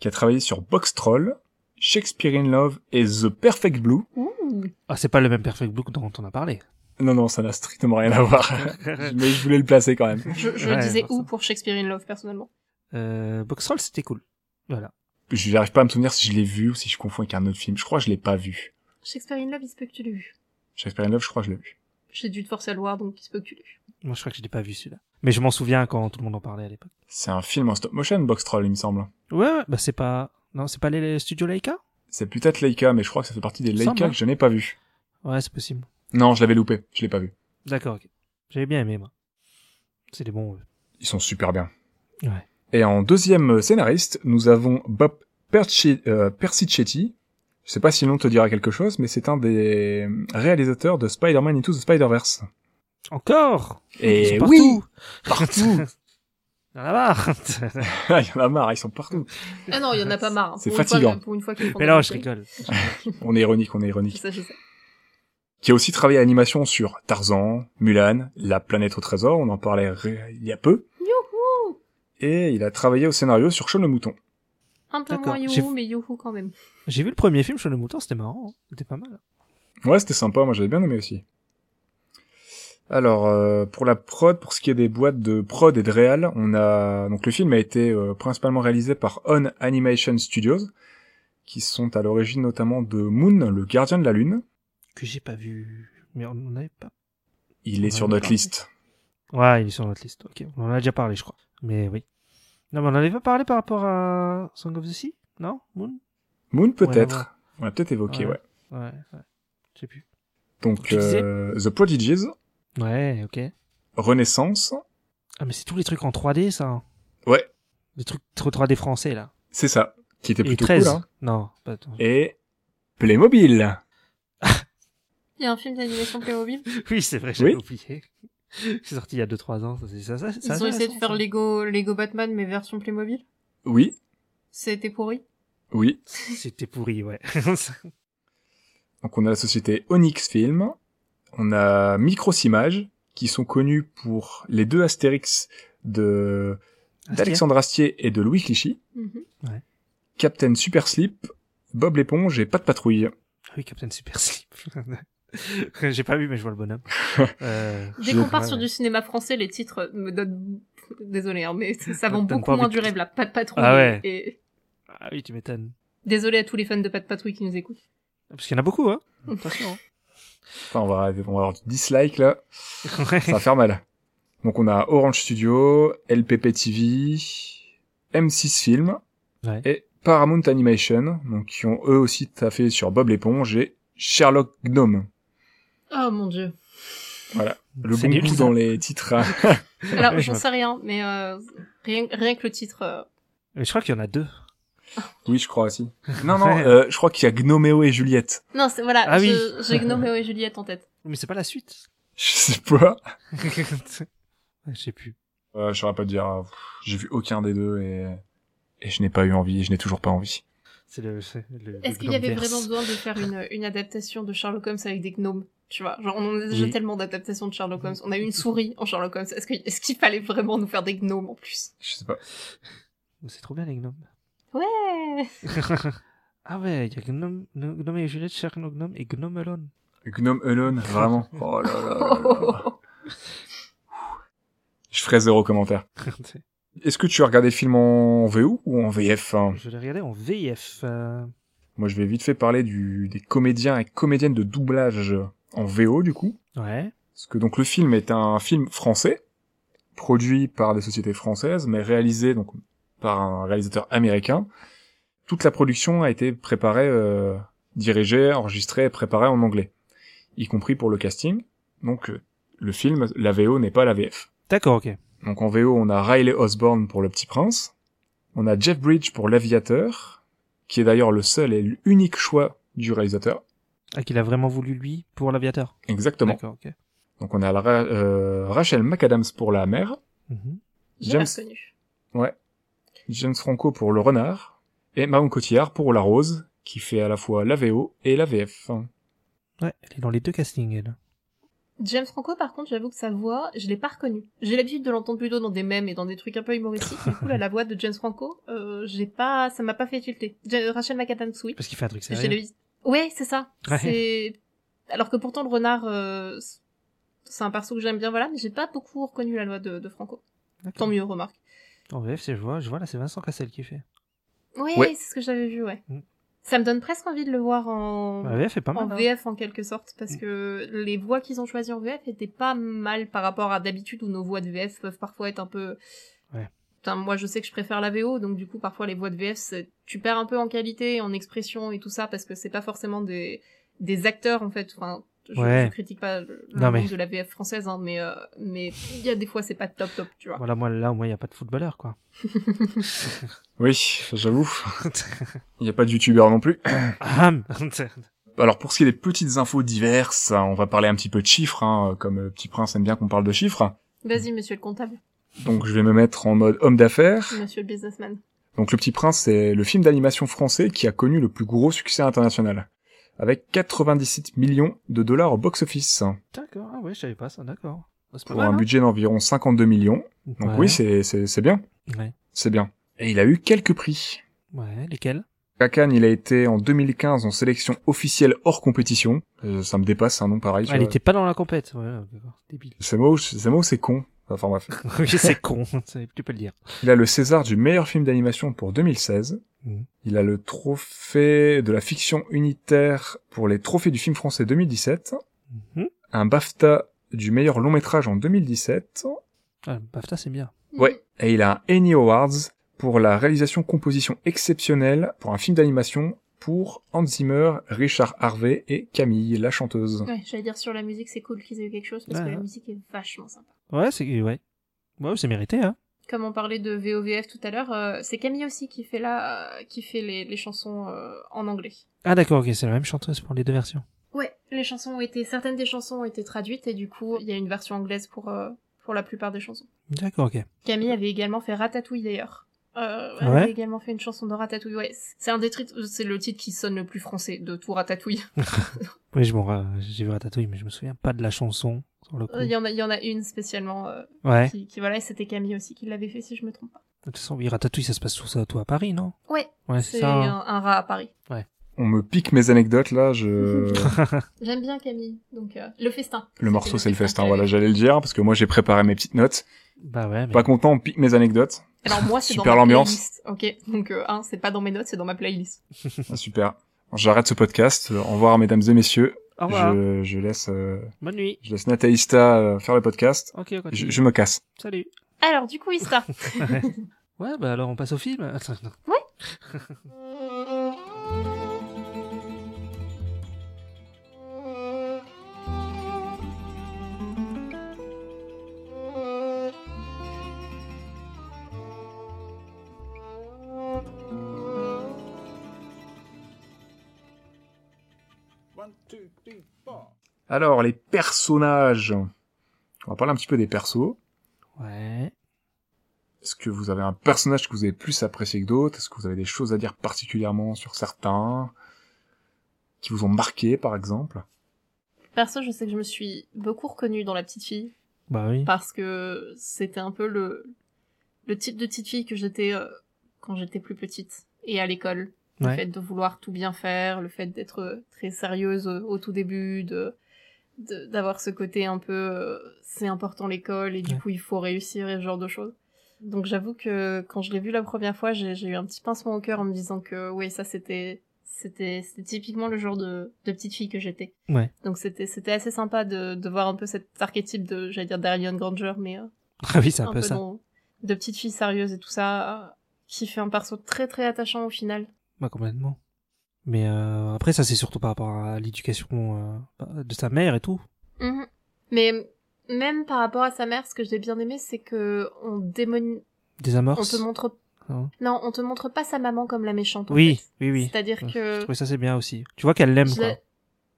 qui a travaillé sur Box Troll, Shakespeare in Love et The Perfect Blue.
Ouh.
Ah c'est pas le même Perfect Blue dont on a parlé.
Non, non, ça n'a strictement rien à voir, mais je voulais le placer quand même.
Je, je
Ouais,
le disais
forcément.
où pour Shakespeare in Love personnellement.
Euh, Boxroll c'était cool. Voilà.
Je n'arrive pas à me souvenir si je l'ai vu ou si je confonds avec un autre film. Je crois que je l'ai pas vu.
Shakespeare in Love, il se peut que tu l'aies vu.
Shakespeare in Love, je crois que je l'ai vu.
J'ai dû te forcer à le voir, donc il se peut que tu l'aies vu.
Moi je crois que je l'ai pas vu celui-là. Mais je m'en souviens quand tout le monde en parlait à l'époque.
C'est un film en stop motion, Box Troll, il me semble.
Ouais, ouais, bah c'est pas non c'est pas les les studios Leica.
C'est peut-être Leica, mais je crois que ça fait partie des
Il me semble,
Leica
hein.
que je n'ai pas vu.
Ouais c'est possible.
Non, je l'avais loupé. Je l'ai pas vu.
D'accord. ok. J'avais bien aimé moi. C'est des bons. euh,
Ils sont super bien.
Ouais.
Et en deuxième scénariste, nous avons Bob Perci- euh, Persichetti. Je sais pas si le nom te dira quelque chose, mais c'est un des réalisateurs de Spider-Man Into the Spider-Verse.
Encore Ah, Ils
Et
sont
Eh oui,
Partout Y'en a marre
Ah, il y en a marre, ils sont partout.
Ah non, il y en a pas marre. hein.
C'est
Pour une fois,
fatigant.
pour une fois qu'ils font
Mais
des
non, je
trucs.
rigole.
On est ironique, on est ironique.
Je sais, je sais.
Qui a aussi travaillé à l'animation sur Tarzan, Mulan, La planète au trésor, on en parlait ré- il y a peu.
Youhou
Et il a travaillé au scénario sur Sean le mouton.
Un peu
D'accord,
moins
j'ai-
youhou, mais youhou quand même.
J'ai vu le premier film, Sean le Mouton, c'était marrant. hein. C'était pas mal.
Ouais, c'était sympa, moi j'avais bien aimé aussi. Alors, euh, pour la prod, pour ce qui est des boîtes de prod et de réal, on a donc le film a été euh, principalement réalisé par On Animation Studios, qui sont à l'origine notamment de Moon, le gardien de la lune.
Que j'ai pas vu. Mais on n'en avait pas.
Il est
Ouais,
sur notre
d'accord.
liste.
Ouais, il est sur notre liste. Ok, on en a déjà parlé, je crois. Mais oui. Non, mais on en avait pas parlé par rapport à Song of the Sea Non Moon
Moon
ouais.
peut-être, on l'a peut-être évoqué, ouais.
Ouais. Ouais, ouais. Je sais plus.
Donc
Tu disais
euh, The Prodigies,
Ouais, ok.
Renaissance,
Ah, mais c'est tous les trucs en 3D, ça. hein.
Ouais.
Les trucs trop 3D français, là.
c'est ça, qui était
Et
plutôt
13.
cool. hein.
Non, pas attends.
Et Playmobil.
Il y a un film d'animation Playmobil.
Oui, c'est vrai, j'avais
Oui.
oublié. c'est sorti il y a 2-3 ans. Ça, c'est- ça, ça,
Ils ont essayé de faire Lego, Lego Batman, mais version Playmobil.
Oui,
C'était pourri.
oui.
C'était pourri, ouais.
Donc on a la société Onyx Film, on a Microsimage, qui sont connus pour les deux Astérix de
Ah,
d'Alexandre Astier et de Louis Clichy,
Mhm.
Captain Super Slip, Bob l'éponge et Pas de patrouille.
Ah Oui, Captain Super Slip. J'ai pas vu, mais je vois le bonhomme. Euh,
Dès
Je-
qu'on part
ouais,
sur
ouais.
du cinéma français, les titres me donnent. Désolé, hein, mais ça vend
Donne pas
beaucoup
envie
moins
de-
du rêve là. Pas de patrouille.
Ah ouais.
Et...
Ah oui, tu m'étonnes.
Désolé à tous les fans de Pas de patrouille qui nous écoutent.
Parce qu'il y en a beaucoup, hein. Attention.
Enfin, on va, on va avoir du dislike là,
Ouais.
ça va faire mal. Donc on a Orange Studio, LPP TV, M6 Film
Ouais.
et Paramount Animation, donc qui ont eux aussi taffé sur Bob l'éponge et Sherlock Gnome.
hein.
Oh mon dieu.
Le
C'est
bon
nul,
goût
ça.
dans les titres. hein.
Alors,
Ouais,
j'en
je-
sais rien, mais euh, rien, rien que le titre. euh,
Mais je crois qu'il y en a deux.
Oui, je crois aussi. Non, non,
Ouais.
euh, je crois qu'il y a Gnoméo et Juliette.
Non, c'est voilà,
Ah oui.
je- j'ai Gnoméo et Juliette en tête.
Mais c'est pas la suite.
Je sais pas.
Ouais, Je sais plus.
Euh, je saurais pas te dire. euh, pff, J'ai vu aucun des deux et, et je n'ai pas eu envie et je n'ai toujours pas envie.
C'est le. c'est le- le
Est-ce qu'il y avait
Gnomeverse.
vraiment besoin de faire une, une adaptation de Sherlock Holmes avec des gnomes Tu vois, genre on en a déjà
Oui. Mmh.
tellement d'adaptations de Sherlock Holmes. On a eu une souris en Sherlock Holmes. Est-ce que- est-ce qu'il fallait vraiment nous faire des gnomes en plus
Je sais pas.
C'est trop bien les gnomes. Euh,
Ouais
ah ouais, il y a Gnome, Gnome et Juliette, Cher Gnome et Gnome Alone.
Gnome Alone, vraiment. Oh là là. là là.
oh.
Je ferai zéro commentaire. Est-ce que tu as regardé le film en VO ou en VF hein
je l'ai regardé en VF. euh,
Moi, je vais vite fait parler du, des comédiens et comédiennes de doublage en VO, du coup.
Ouais.
Parce que donc le film est un film français, produit par des sociétés françaises, mais réalisé donc par un réalisateur américain. Toute la production a été préparée, euh, dirigée, enregistrée et préparée en anglais, y compris pour le casting. Donc euh, le film, la VO n'est pas la VF.
D'accord, ok.
Donc en VO, on a Riley Osborne pour Le Petit Prince, on a Jeff Bridge pour L'Aviateur, qui est d'ailleurs le seul et l'unique choix du réalisateur.
Ah, qu'il a vraiment voulu lui pour l'aviateur.
Exactement.
D'accord, ok.
Donc on a la Ra- euh, Rachel McAdams pour La Mère,
Mhm.
J'ai
James-
reconnu.
James Franco pour Le Renard et Marion Cotillard pour La Rose, qui fait à la fois la VO et la VF.
Ouais, elle est dans les deux castings, elle.
James Franco, par contre, j'avoue que sa voix, je l'ai pas reconnue. J'ai l'habitude de l'entendre plutôt dans des mèmes et dans des trucs un peu humoristiques. Du coup, là, la voix de James Franco, euh, j'ai pas, ça m'a pas fait tilter. Ja- euh, Rachel McAdams, oui.
Parce qu'il fait un truc
J'ai
sérieux.
le... Ouais, c'est ça.
Ouais.
C'est... Alors que pourtant, le renard, euh, c'est un perso que j'aime bien, voilà, mais j'ai pas beaucoup reconnu la loi de, de Franco. Tant
D'accord.
mieux, remarque.
En VF, c'est- je vois, je vois là, c'est Vincent Cassel qui fait.
Ouais,
Ouais.
c'est ce que j'avais vu, ouais.
Mm.
Ça me donne presque envie de le voir en,
La VF est pas
en
mal. hein. Mm.
VF en quelque sorte, parce que les voix qu'ils ont choisies en VF étaient pas mal par rapport à d'habitude où nos voix de VF peuvent parfois être un peu.
Ouais.
Putain, moi je sais que je préfère la VO, donc du coup parfois les voix de VF, c'est- tu perds un peu en qualité, en expression et tout ça, parce que c'est pas forcément des, des acteurs en fait. Enfin, Je,
Ouais.
je critique pas le
Non,
monde
mais-
de la VF française, hein, mais euh, mais il y a des fois c'est pas top top, tu vois.
Voilà, moi, là, au moins, il n'y a pas de footballeur, quoi.
Oui, ça, j'avoue. Il n'y a pas de youtubeur non plus.
Ahem.
Alors pour ce qui est des petites infos diverses, hein, on va parler un petit peu de chiffres, hein, comme euh, Petit Prince aime bien qu'on parle de chiffres.
Vas-y, monsieur le comptable,
Donc je vais me mettre en mode homme d'affaires.
monsieur le businessman.
Donc Le Petit Prince, c'est le film d'animation français qui a connu le plus gros succès international, avec 97 millions de dollars au box-office,
D'accord, ah ouais, je savais pas ça, d'accord. Oh, c'est pas
pour
mal,
un
hein
budget d'environ 52 millions. Donc
Ouais.
oui, c'est- c'est c'est bien,
Ouais.
c'est bien. Et il a eu quelques prix.
ouais, lesquels
À Cannes, il a été en 2015 en sélection officielle hors compétition. Euh, ça me dépasse, un nom pareil. tu
Ah, Il
vois.
était pas dans la compète. Ouais, d'accord, débile.
Ce mot, ce mot, c'est con. Enfin bref.
oui, c'est con, c'est- tu peux le dire.
Il a le César du meilleur film d'animation pour 2016.
Mhm.
Il a le trophée de la fiction unitaire pour les trophées du film français 2017.
Mhm.
Un BAFTA du meilleur long métrage en 2017.
Ah, BAFTA, c'est bien.
Ouais. Et il a un Annie Awards pour la réalisation composition exceptionnelle pour un film d'animation pour Hans Zimmer, Richard Harvey et Camille, la chanteuse.
Ouais, j'allais dire sur la musique, c'est cool qu'ils aient eu quelque chose parce
Ouais,
que la
ouais.
musique est vachement sympa.
Ouais, c'est ouais. Ouais, c'est mérité, hein.
Comme on parlait de VOVF tout à l'heure, euh, c'est Camille aussi qui fait là, qui fait les, les chansons euh, en anglais.
Ah d'accord, ok, c'est la même chanteuse pour les deux versions.
Ouais, les chansons ont été, certaines des chansons ont été traduites et du coup, il y a une version anglaise pour euh, pour la plupart des chansons.
D'accord, ok.
Camille avait également fait Ratatouille d'ailleurs. Euh, elle
Ah ouais
avait également fait une chanson de Ratatouille. Ouais, c'est un des titres, c'est le titre qui sonne le plus français de tout Ratatouille.
Oui, je m'en ra- j'ai vu Ratatouille, mais je me souviens pas de la chanson sur le coup.
Euh, Il y en a, il y en a une spécialement euh,
Ouais.
qui, qui voilà, et c'était Camille aussi qui l'avait fait si je me trompe pas.
De toute façon, oui, Ratatouille, ça se passe tout ça à toi à Paris, non
Ouais,
Ouais, c'est
c'est
ça. hein.
un, un rat à Paris.
On me pique mes anecdotes là, je...
J'aime bien Camille, donc euh, le festin.
le morceau c'est le festin,
qu'elle
voilà,
avait
j'allais le dire parce que moi j'ai préparé mes petites notes.
Bah ouais, mais
Pas content, on pique mes anecdotes.
fait. Alors moi, c'est dans
Super
ma
l'ambiance.
playlist. Ok, donc euh, hein, c'est pas dans mes notes, c'est dans ma playlist.
Ah, Super. J'arrête ce podcast. Euh, Au revoir, mesdames et messieurs.
au revoir.
Je, je laisse, euh,
Bonne nuit.
je laisse Nathaista euh, faire le podcast.
Ok, on
Je,
continue.
je me casse.
Salut.
Alors du coup, Ista.
Ouais, bah alors on passe au film. Attends, non.
Alors, les personnages. On va parler un petit peu des persos.
Ouais.
Est-ce que vous avez un personnage que vous avez plus apprécié que d'autres Est-ce que vous avez des choses à dire particulièrement sur certains qui vous ont marqué, par exemple
Perso, je sais que je me suis beaucoup reconnue dans la petite fille.
Bah oui.
parce que c'était un peu le le type de petite fille que j'étais euh, quand j'étais plus petite et à l'école. Le
Ouais.
fait de vouloir tout bien faire, le fait d'être euh, très sérieuse euh, au tout début, de de- d'avoir ce côté un peu euh, c'est important l'école et du
Ouais.
coup il faut réussir et ce genre de choses. Donc j'avoue que quand je l'ai vu la première fois, j'ai j'ai eu un petit pincement au cœur en me disant que oui, ça c'était c'était c'était typiquement le genre de de petite fille que j'étais.
Ouais.
Donc c'était c'était assez sympa de de voir un peu cet archétype de j'allais dire d'Ariane Granger mais euh,
Ah oui, c'est un,
un
peu, ça.
dans- de petite fille sérieuse et tout ça euh, qui fait un perso très très attachant au final.
Bah complètement. Mais euh, après, ça c'est surtout par rapport à l'éducation euh, bah, de sa mère et tout.
Mhm. Mais même par rapport à sa mère, ce que j'ai bien aimé, c'est que on démon...
Des
on
amorces.
te montre
Non.
non, on te montre pas sa maman comme la méchante. en
Ah Oui,
fait.
oui, oui.
C'est-à-dire
Ouais, Je
que
trouvais ça c'est bien aussi. Tu vois qu'elle l'aime
Je
quoi.
l'ai-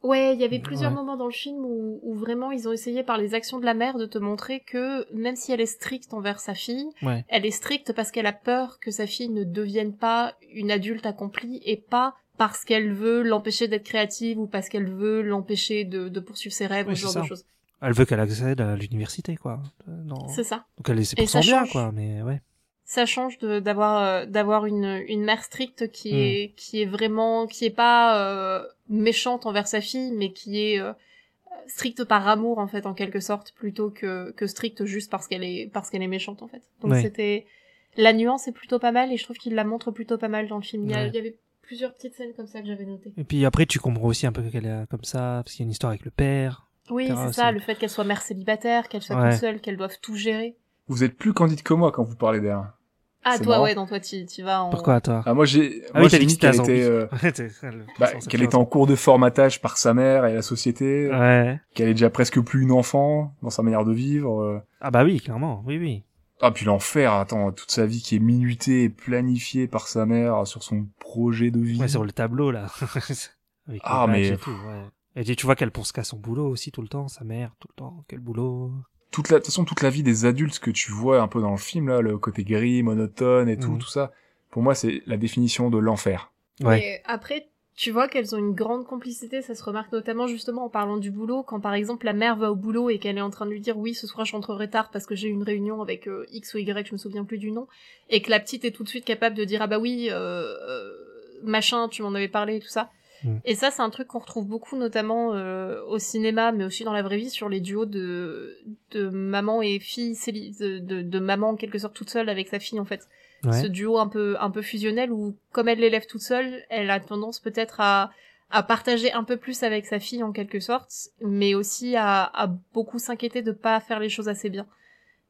Ouais, il y avait plusieurs
Ouais.
moments dans le film où, où vraiment ils ont essayé par les actions de la mère de te montrer que même si elle est stricte envers sa fille,
Ouais.
elle est stricte parce qu'elle a peur que sa fille ne devienne pas une adulte accomplie et pas parce qu'elle veut l'empêcher d'être créative ou parce qu'elle veut l'empêcher de, de poursuivre ses rêves
Ouais,
ou ce
c'est
genre
ça.
de choses.
Elle veut qu'elle accède à l'université quoi. Euh, Non.
C'est ça.
Donc elle laisse
Et
pour
ça
son bien
change.
quoi. Mais ouais.
ça change de d'avoir euh, d'avoir une une mère stricte qui
Hmm.
est qui est vraiment qui est pas euh, méchante envers sa fille mais qui est euh, stricte par amour en fait en quelque sorte plutôt que que stricte juste parce qu'elle est parce qu'elle est méchante en fait donc
Ouais.
c'était la nuance est plutôt pas mal et je trouve qu'il la montre plutôt pas mal dans le film il y, a-
Ouais.
il y avait plusieurs petites scènes comme ça que j'avais notées
Et puis après, tu comprends aussi un peu qu'elle est comme ça parce qu'il y a une histoire avec le père.
oui
Tara,
c'est ça
c'est-
le fait qu'elle soit mère célibataire qu'elle soit
Ouais.
toute seule qu'elle doive tout gérer
Vous êtes plus candide que moi quand vous parlez d'elle.
Ah,
C'est
toi,
marrant.
ouais, dans toi, tu tu vas en...
Pourquoi, toi
Ah, moi, j'ai,
Ah
moi,
oui, t'as
j'ai
dit
dit
que t'as
qu'elle
zombie.
était, euh,
Ouais, t'es- le
bah,
sens de
qu'elle
faire
était en cours de formatage par sa mère et la société,
ça. Ouais.
qu'elle est déjà presque plus une enfant dans sa manière de vivre. euh.
Ah bah oui, clairement, oui, oui.
Ah, puis l'enfer, attends, toute sa vie qui est minutée et planifiée par sa mère sur son projet de vie.
Ouais, sur le tableau, là. Avec
Ah,
les badges
mais-
Et, tout, ouais. et tu- tu vois qu'elle pense qu'à son boulot aussi, tout le temps, sa mère, tout le temps, quel boulot.
toute la, de toute façon, toute la vie des adultes que tu vois un peu dans le film, là, le côté gris, monotone et tout,
Mhm.
tout ça, pour moi, c'est la définition de l'enfer.
Ouais.
Mais euh, après, tu vois qu'elles ont une grande complicité, ça se remarque notamment justement en parlant du boulot, quand par exemple la mère va au boulot et qu'elle est en train de lui dire oui, ce soir j'entrerai tard parce que j'ai une réunion avec euh, X ou Y, je me souviens plus du nom, et que la petite est tout de suite capable de dire ah bah oui, euh, euh, machin, tu m'en avais parlé et tout ça.
Mm.
Et ça, c'est un truc qu'on retrouve beaucoup, notamment euh, au cinéma, mais aussi dans la vraie vie, sur les duos de, de maman et fille, céli- de, de, de maman en quelque sorte toute seule avec sa fille en fait
Ouais.
ce duo un peu un peu fusionnel où comme elle l'élève toute seule, elle a tendance peut-être à à partager un peu plus avec sa fille en quelque sorte, mais aussi à, à beaucoup s'inquiéter de pas faire les choses assez bien.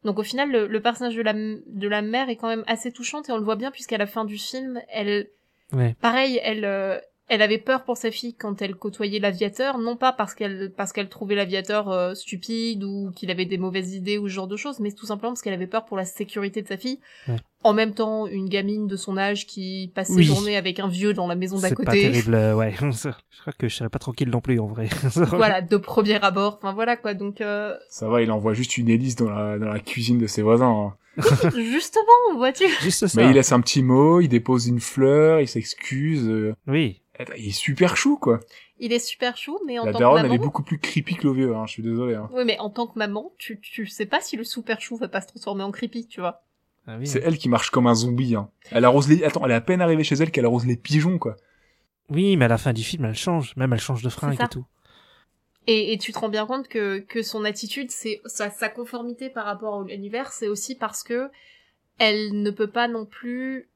Donc au final, le, le personnage de la, m- de la mère est quand même assez touchante et on le voit bien puisqu'à la fin du film, elle,
Ouais.
pareil, elle, euh, elle avait peur pour sa fille quand elle côtoyait l'aviateur, non pas parce qu'elle parce qu'elle trouvait l'aviateur euh, stupide ou qu'il avait des mauvaises idées ou ce genre de choses, mais tout simplement parce qu'elle avait peur pour la sécurité de sa fille.
Ouais.
En même temps, une gamine de son âge qui passe
Oui.
ses journées avec un vieux dans la maison d'à
C'est
côté.
pas terrible, euh, ouais. je crois que je serais pas tranquille non plus, en vrai.
voilà, de premier abord. Enfin voilà quoi. Donc euh,
Ça va, il envoie juste une hélice dans la, dans la cuisine de ses voisins. hein.
justement, vois-tu
Juste ça.
Mais il laisse un petit mot, il dépose une fleur, il s'excuse. euh,
Oui.
Il est super chou, quoi.
Il est super chou, mais en
La
tant
daronne,
que
elle est
maman,
beaucoup plus creepy que le vieux, hein, je suis désolé. hein.
oui, mais en tant que maman, tu tu sais pas si le super chou va pas se transformer en creepy, tu vois.
Ah oui.
C'est elle qui marche comme un zombie. Hein. Elle arrose les... Attends, elle est à peine arrivée chez elle qu'elle arrose les pigeons, quoi.
Oui, mais à la fin du film, elle change. Même elle change de fringue
ça.
et tout.
Et, et tu te rends bien compte que que son attitude, c'est sa, sa conformité par rapport à l'univers, c'est aussi parce que elle ne peut pas non plus.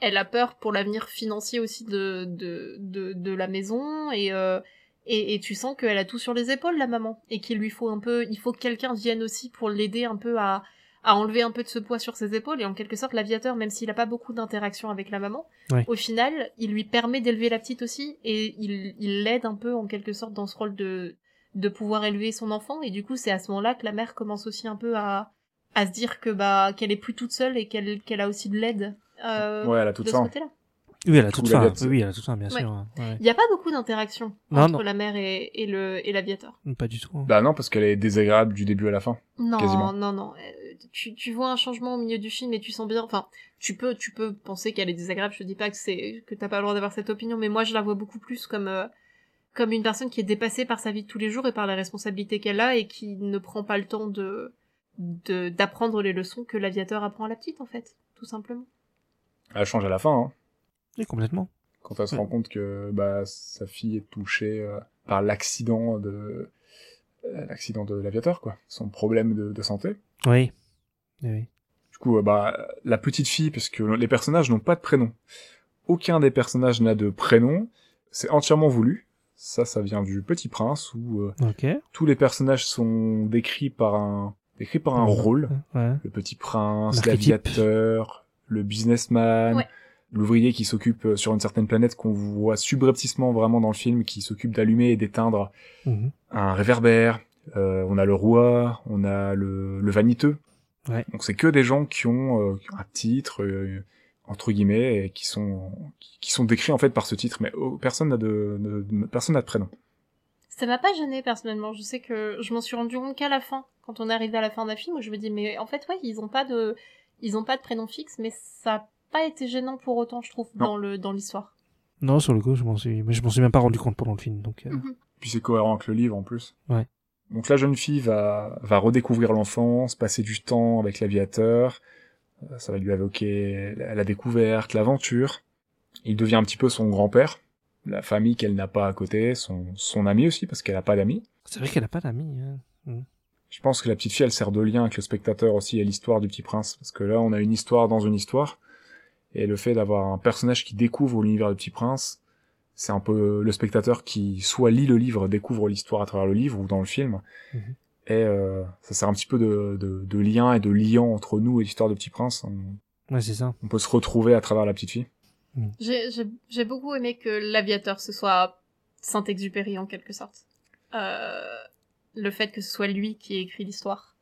Elle a peur pour l'avenir financier aussi de de de, de la maison et euh, et, et tu sens qu'elle a tout sur les épaules la maman et qu'il lui faut un peu, il faut que quelqu'un vienne aussi pour l'aider un peu à à enlever un peu de ce poids sur ses épaules et en quelque sorte l'aviateur, même s'il a pas beaucoup d'interaction avec la maman,
Ouais.
au final il lui permet d'élever la petite aussi et il il l'aide un peu en quelque sorte dans ce rôle de de pouvoir élever son enfant et du coup c'est à ce moment-là que la mère commence aussi un peu à à se dire que bah qu'elle est plus toute seule et qu'elle qu'elle a aussi de l'aide euh,
Ouais, elle a hein.
de
toute
ce
faim.
côté-là.
Oui, elle a
Tout
toute
la
faim.
date.
Oui, oui, elle a toute faim, bien
Ouais.
sûr. hein. Ouais.
Il n'y a pas beaucoup d'interaction
Non,
entre
non.
la mère et, et le et l'aviateur.
Pas du tout. hein.
Bah non, parce qu'elle est désagréable du début à la fin.
Non,
Quasiment.
non, non. Euh, Tu, tu vois un changement au milieu du film et tu sens bien. Enfin, tu peux, tu peux penser qu'elle est désagréable. Je te dis pas que c'est que t'as pas le droit d'avoir cette opinion, mais moi je la vois beaucoup plus comme euh, comme une personne qui est dépassée par sa vie de tous les jours et par les responsabilités qu'elle a et qui ne prend pas le temps de de- d'apprendre les leçons que l'aviateur apprend à la petite en fait, tout simplement.
Elle change à la fin, hein.
Oui, complètement.
quand elle se
Ouais.
rend compte que bah, sa fille est touchée euh, par l'accident de euh, l'accident de l'aviateur quoi son problème de, de santé
Oui. Oui, oui.
du coup euh, bah la petite fille parce que les personnages n'ont pas de prénom aucun des personnages n'a de prénom c'est entièrement voulu ça ça vient du Petit Prince où euh,
Ok.
tous les personnages sont décrits par un décrits par un
Ouais.
rôle
Ouais.
le petit prince,
L'archétype.
l'aviateur, le businessman,
Ouais.
l'ouvrier qui s'occupe euh, sur une certaine planète qu'on voit subrepticement vraiment dans le film, qui s'occupe d'allumer et d'éteindre
Mhm.
un réverbère. Euh, on a le roi, on a le, le vaniteux.
Ouais.
Donc c'est que des gens qui ont euh, un titre euh, entre guillemets et qui sont qui, qui sont décrits en fait par ce titre, mais oh, personne n'a de, de- de- personne n'a de prénom.
Ça m'a pas gêné personnellement. Je sais que je m'en suis rendu compte qu'à la fin, quand on est arrivé à la fin d'un film, où je me dis mais en fait ouais, ils ont pas de, ils ont pas de prénom fixe, mais ça a pas été gênant pour autant, je trouve,
Non.
dans le dans l'histoire.
Non, sur le coup, je m'en suis, mais je m'en suis même pas rendu compte pendant le film, donc. euh,
Mm.
Puis c'est cohérent avec le livre en plus.
Ouais.
Donc la jeune fille va, va redécouvrir l'enfance, passer du temps avec l'aviateur. Euh, Ça va lui évoquer la, la découverte, l'aventure. Il devient un petit peu son grand-père, la famille qu'elle n'a pas à côté, son, son ami aussi, parce qu'elle n'a pas d'amis.
C'est vrai qu'elle a pas d'amis. hein.
Je pense que la petite fille, elle sert de lien avec le spectateur aussi et l'histoire du petit prince, parce que là, on a une histoire dans une histoire. Et le fait d'avoir un personnage qui découvre l'univers du petit prince, c'est un peu le spectateur qui soit lit le livre, découvre l'histoire à travers le livre ou dans le film.
Mhm.
Et euh, ça sert un petit peu de, de, de lien et de liant entre nous et l'histoire du petit prince. On,
Ouais, c'est ça.
On peut se retrouver à travers la petite fille.
J'ai j'ai- j'ai beaucoup aimé que l'aviateur ce soit Saint-Exupéry en quelque sorte. Euh, le fait que ce soit lui qui ait écrit l'histoire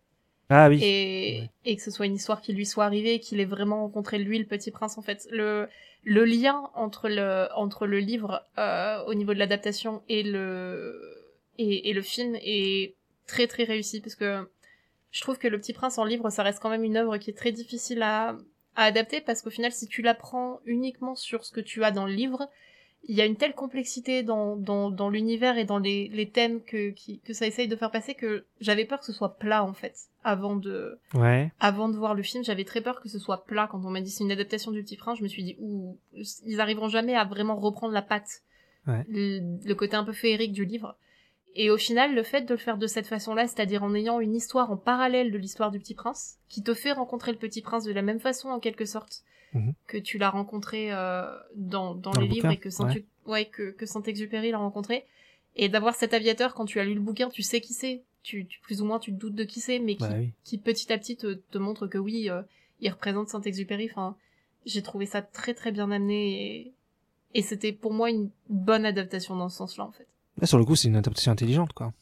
Ah oui.
et,
Ouais.
et que ce soit une histoire qui lui soit arrivée, qu'il ait vraiment rencontré lui le petit prince en fait. Le, le lien entre le, entre le livre euh, au niveau de l'adaptation et le, et, et le film est très très réussi parce que je trouve que le petit prince en livre ça reste quand même une œuvre qui est très difficile à, à adapter parce qu'au final, si tu l'apprends uniquement sur ce que tu as dans le livre, il y a une telle complexité dans, dans, dans l'univers et dans les, les thèmes que, qui- que ça essaye de faire passer que j'avais peur que ce soit plat en fait. Avant de,
Ouais.
avant de voir le film, j'avais très peur que ce soit plat. Quand on m'a dit c'est une adaptation du Petit Prince, je me suis dit ouh, ils arriveront jamais à vraiment reprendre la patte,
Ouais.
le, le côté un peu féerique du livre. Et au final, le fait de le faire de cette façon-là, c'est-à-dire en ayant une histoire en parallèle de l'histoire du Petit Prince, qui te fait rencontrer le Petit Prince de la même façon en quelque sorte
Mhm.
que tu l'as rencontré euh, dans,
Dans
dans, les
le
livres
bouquin,
et que Saint- ouais. que, que Saint-Exupéry l'a rencontré. Et d'avoir cet aviateur, quand tu as lu le bouquin, tu sais qui c'est. Tu, tu- plus ou moins, tu te doutes de qui c'est, mais qui,
Bah oui.
qui petit à petit te, te montre que oui, euh, il représente Saint-Exupéry. Enfin, j'ai trouvé ça très très bien amené et, et c'était pour moi une bonne adaptation dans ce sens-là en fait.
Là, sur le coup, c'est une adaptation intelligente, quoi.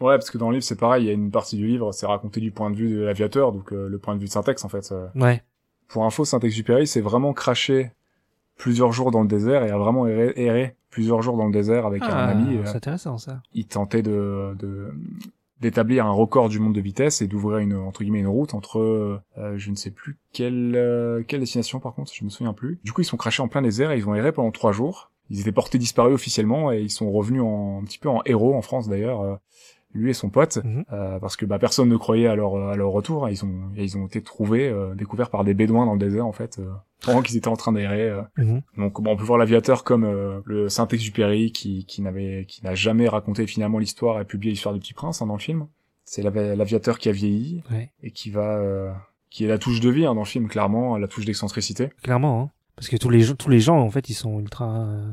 Ouais, parce que dans le livre, c'est pareil, il y a une partie du livre, c'est raconté du point de vue de l'aviateur, donc euh, le point de vue de Syntex, en fait. euh.
Ouais.
Pour info, Saint-Exupéry s'est vraiment craché plusieurs jours dans le désert et a vraiment erré, erré plusieurs jours dans le désert avec un
Ah,
ami. et, euh,
c'est intéressant, ça.
il tentait de, de- d'établir un record du monde de vitesse et d'ouvrir une entre guillemets une route entre euh, je ne sais plus quelle euh, quelle destination par contre je me souviens plus du coup ils sont crachés en plein désert et ils ont erré pendant trois jours ils étaient portés disparus officiellement et ils sont revenus en, un petit peu en héros en France d'ailleurs euh, lui et son pote
Mhm.
euh, parce que bah personne ne croyait à leur à leur retour et ils ont et ils ont été trouvés euh, découverts par des bédouins dans le désert en fait euh, pendant qu'ils étaient en train d'errer euh,
Mhm.
donc bon, on peut voir l'aviateur comme euh, le Saint-Exupéry qui, qui n'avait qui n'a jamais raconté finalement l'histoire et publié l'histoire du Petit Prince hein, dans le film. C'est l'avi- l'aviateur qui a vieilli
Ouais.
et qui va euh, qui est la touche de vie hein, dans le film clairement, la touche d'excentricité.
Clairement, hein. Parce que tous les, gens- tous les gens, en fait, ils sont ultra... euh,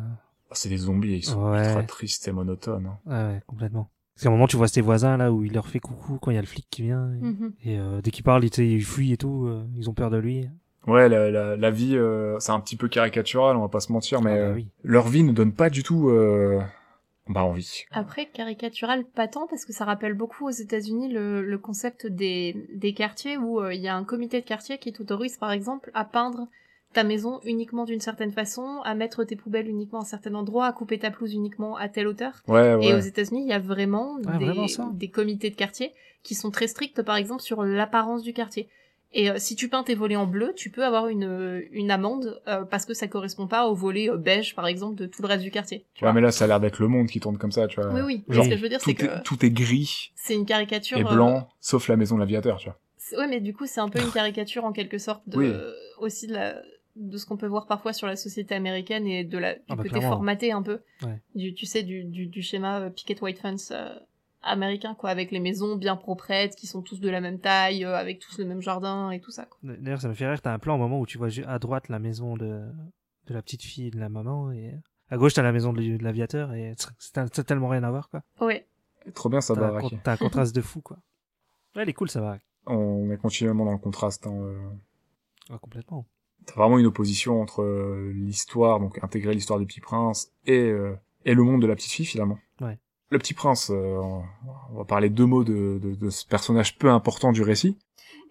Ah, C'est des zombies, ils sont
Ouais.
ultra tristes et monotones. hein.
Ah ouais, complètement. Parce qu'à un moment, tu vois ses voisins, là, où il leur fait coucou quand il y a le flic qui vient.
Mhm. Mm.
Et, et, euh, dès qu'il parle, ils, tu sais, ils fuient et tout. euh, ils ont peur de lui.
Ouais, la, la, la vie, euh, c'est un petit peu caricatural, on va pas se mentir, mais
Ah bah
euh,
oui.
leur vie ne donne pas du tout euh, bah envie.
Après, caricatural, pas tant, parce que ça rappelle beaucoup aux États-Unis le, le concept des, des quartiers où euh, il y a un comité de quartier qui t'autorise, par exemple, à peindre ta maison uniquement d'une certaine façon, à mettre tes poubelles uniquement à certain endroit, à couper ta pelouse uniquement à telle hauteur.
Ouais,
Et aux
ouais.
États-Unis, il y a vraiment,
Ouais,
des,
vraiment ça.
des comités de quartier qui sont très stricts, par exemple, sur l'apparence du quartier. Et euh, si tu peins tes volets en bleu, tu peux avoir une, une amende euh, parce que ça correspond pas au volet euh, beige, par exemple, de tout le reste du quartier. tu
ouais,
vois.
mais là, ça a l'air d'être le monde qui tourne comme ça, tu vois.
Oui, oui. Mais
Genre,
ce que je veux dire, c'est
Tout,
que
est, tout est gris
c'est une caricature.
et
euh,
blanc, sauf la maison de l'aviateur, tu vois.
c'est- ouais, mais du coup, c'est un peu une caricature en quelque sorte de,
Oui.
aussi de, la- de ce qu'on peut voir parfois sur la société américaine et de la, du
Ah bah,
côté
clairement.
formaté un peu.
Ouais.
Du, tu sais, du, du, du schéma euh, Picket White Fence euh, américain, quoi, avec les maisons bien proprettes, qui sont tous de la même taille, euh, avec tous le même jardin et tout ça, quoi.
D'ailleurs, ça me fait rire, t'as un plan au moment où tu vois ju- à droite la maison de, de la petite fille et de la maman, et à gauche t'as la maison de, de l'aviateur, et c'est t'as- t'as tellement rien à voir, quoi.
Ouais.
Trop bien, ça
T'as un,
baraque.
con- t'as un contraste de fou, quoi. Ouais, elle est cool, ça va.
on est continuellement dans le contraste. hein, euh.
Ouais, Ah, complètement.
T'as vraiment une opposition entre euh, l'histoire, donc intégrer l'histoire du Petit Prince et euh, et le monde de la petite fille finalement.
Ouais.
Le Petit Prince, euh, on- on va parler deux mots de, de, de ce personnage peu important du récit.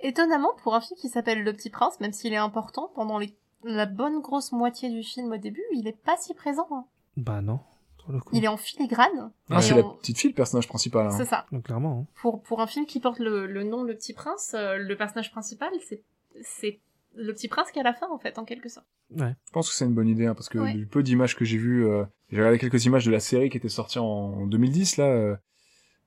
Étonnamment, pour un film qui s'appelle Le Petit Prince, même s'il est important, pendant les- la bonne grosse moitié du film au début, il est pas si présent. hein.
Bah non, pour le coup.
Il est en filigrane.
Ah,
mais
c'est
on-
la petite fille le personnage principal. hein.
C'est ça.
Donc, clairement,
pour, pour un film qui porte le, le nom Le Petit Prince, euh, le personnage principal, c'est, c'est le Petit Prince qui est à la fin, en fait, en quelque sorte.
hein. Ouais.
Je pense que c'est une bonne idée hein, parce que
Ouais.
du peu d'images que j'ai vues, euh, j'ai regardé quelques images de la série qui était sortie en 2010 là, euh,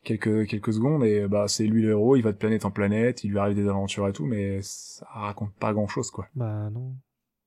quelques quelques secondes et euh, bah c'est lui le héros, il va de planète en planète, il lui arrive des aventures et tout, mais ça raconte pas grand chose quoi.
Bah non.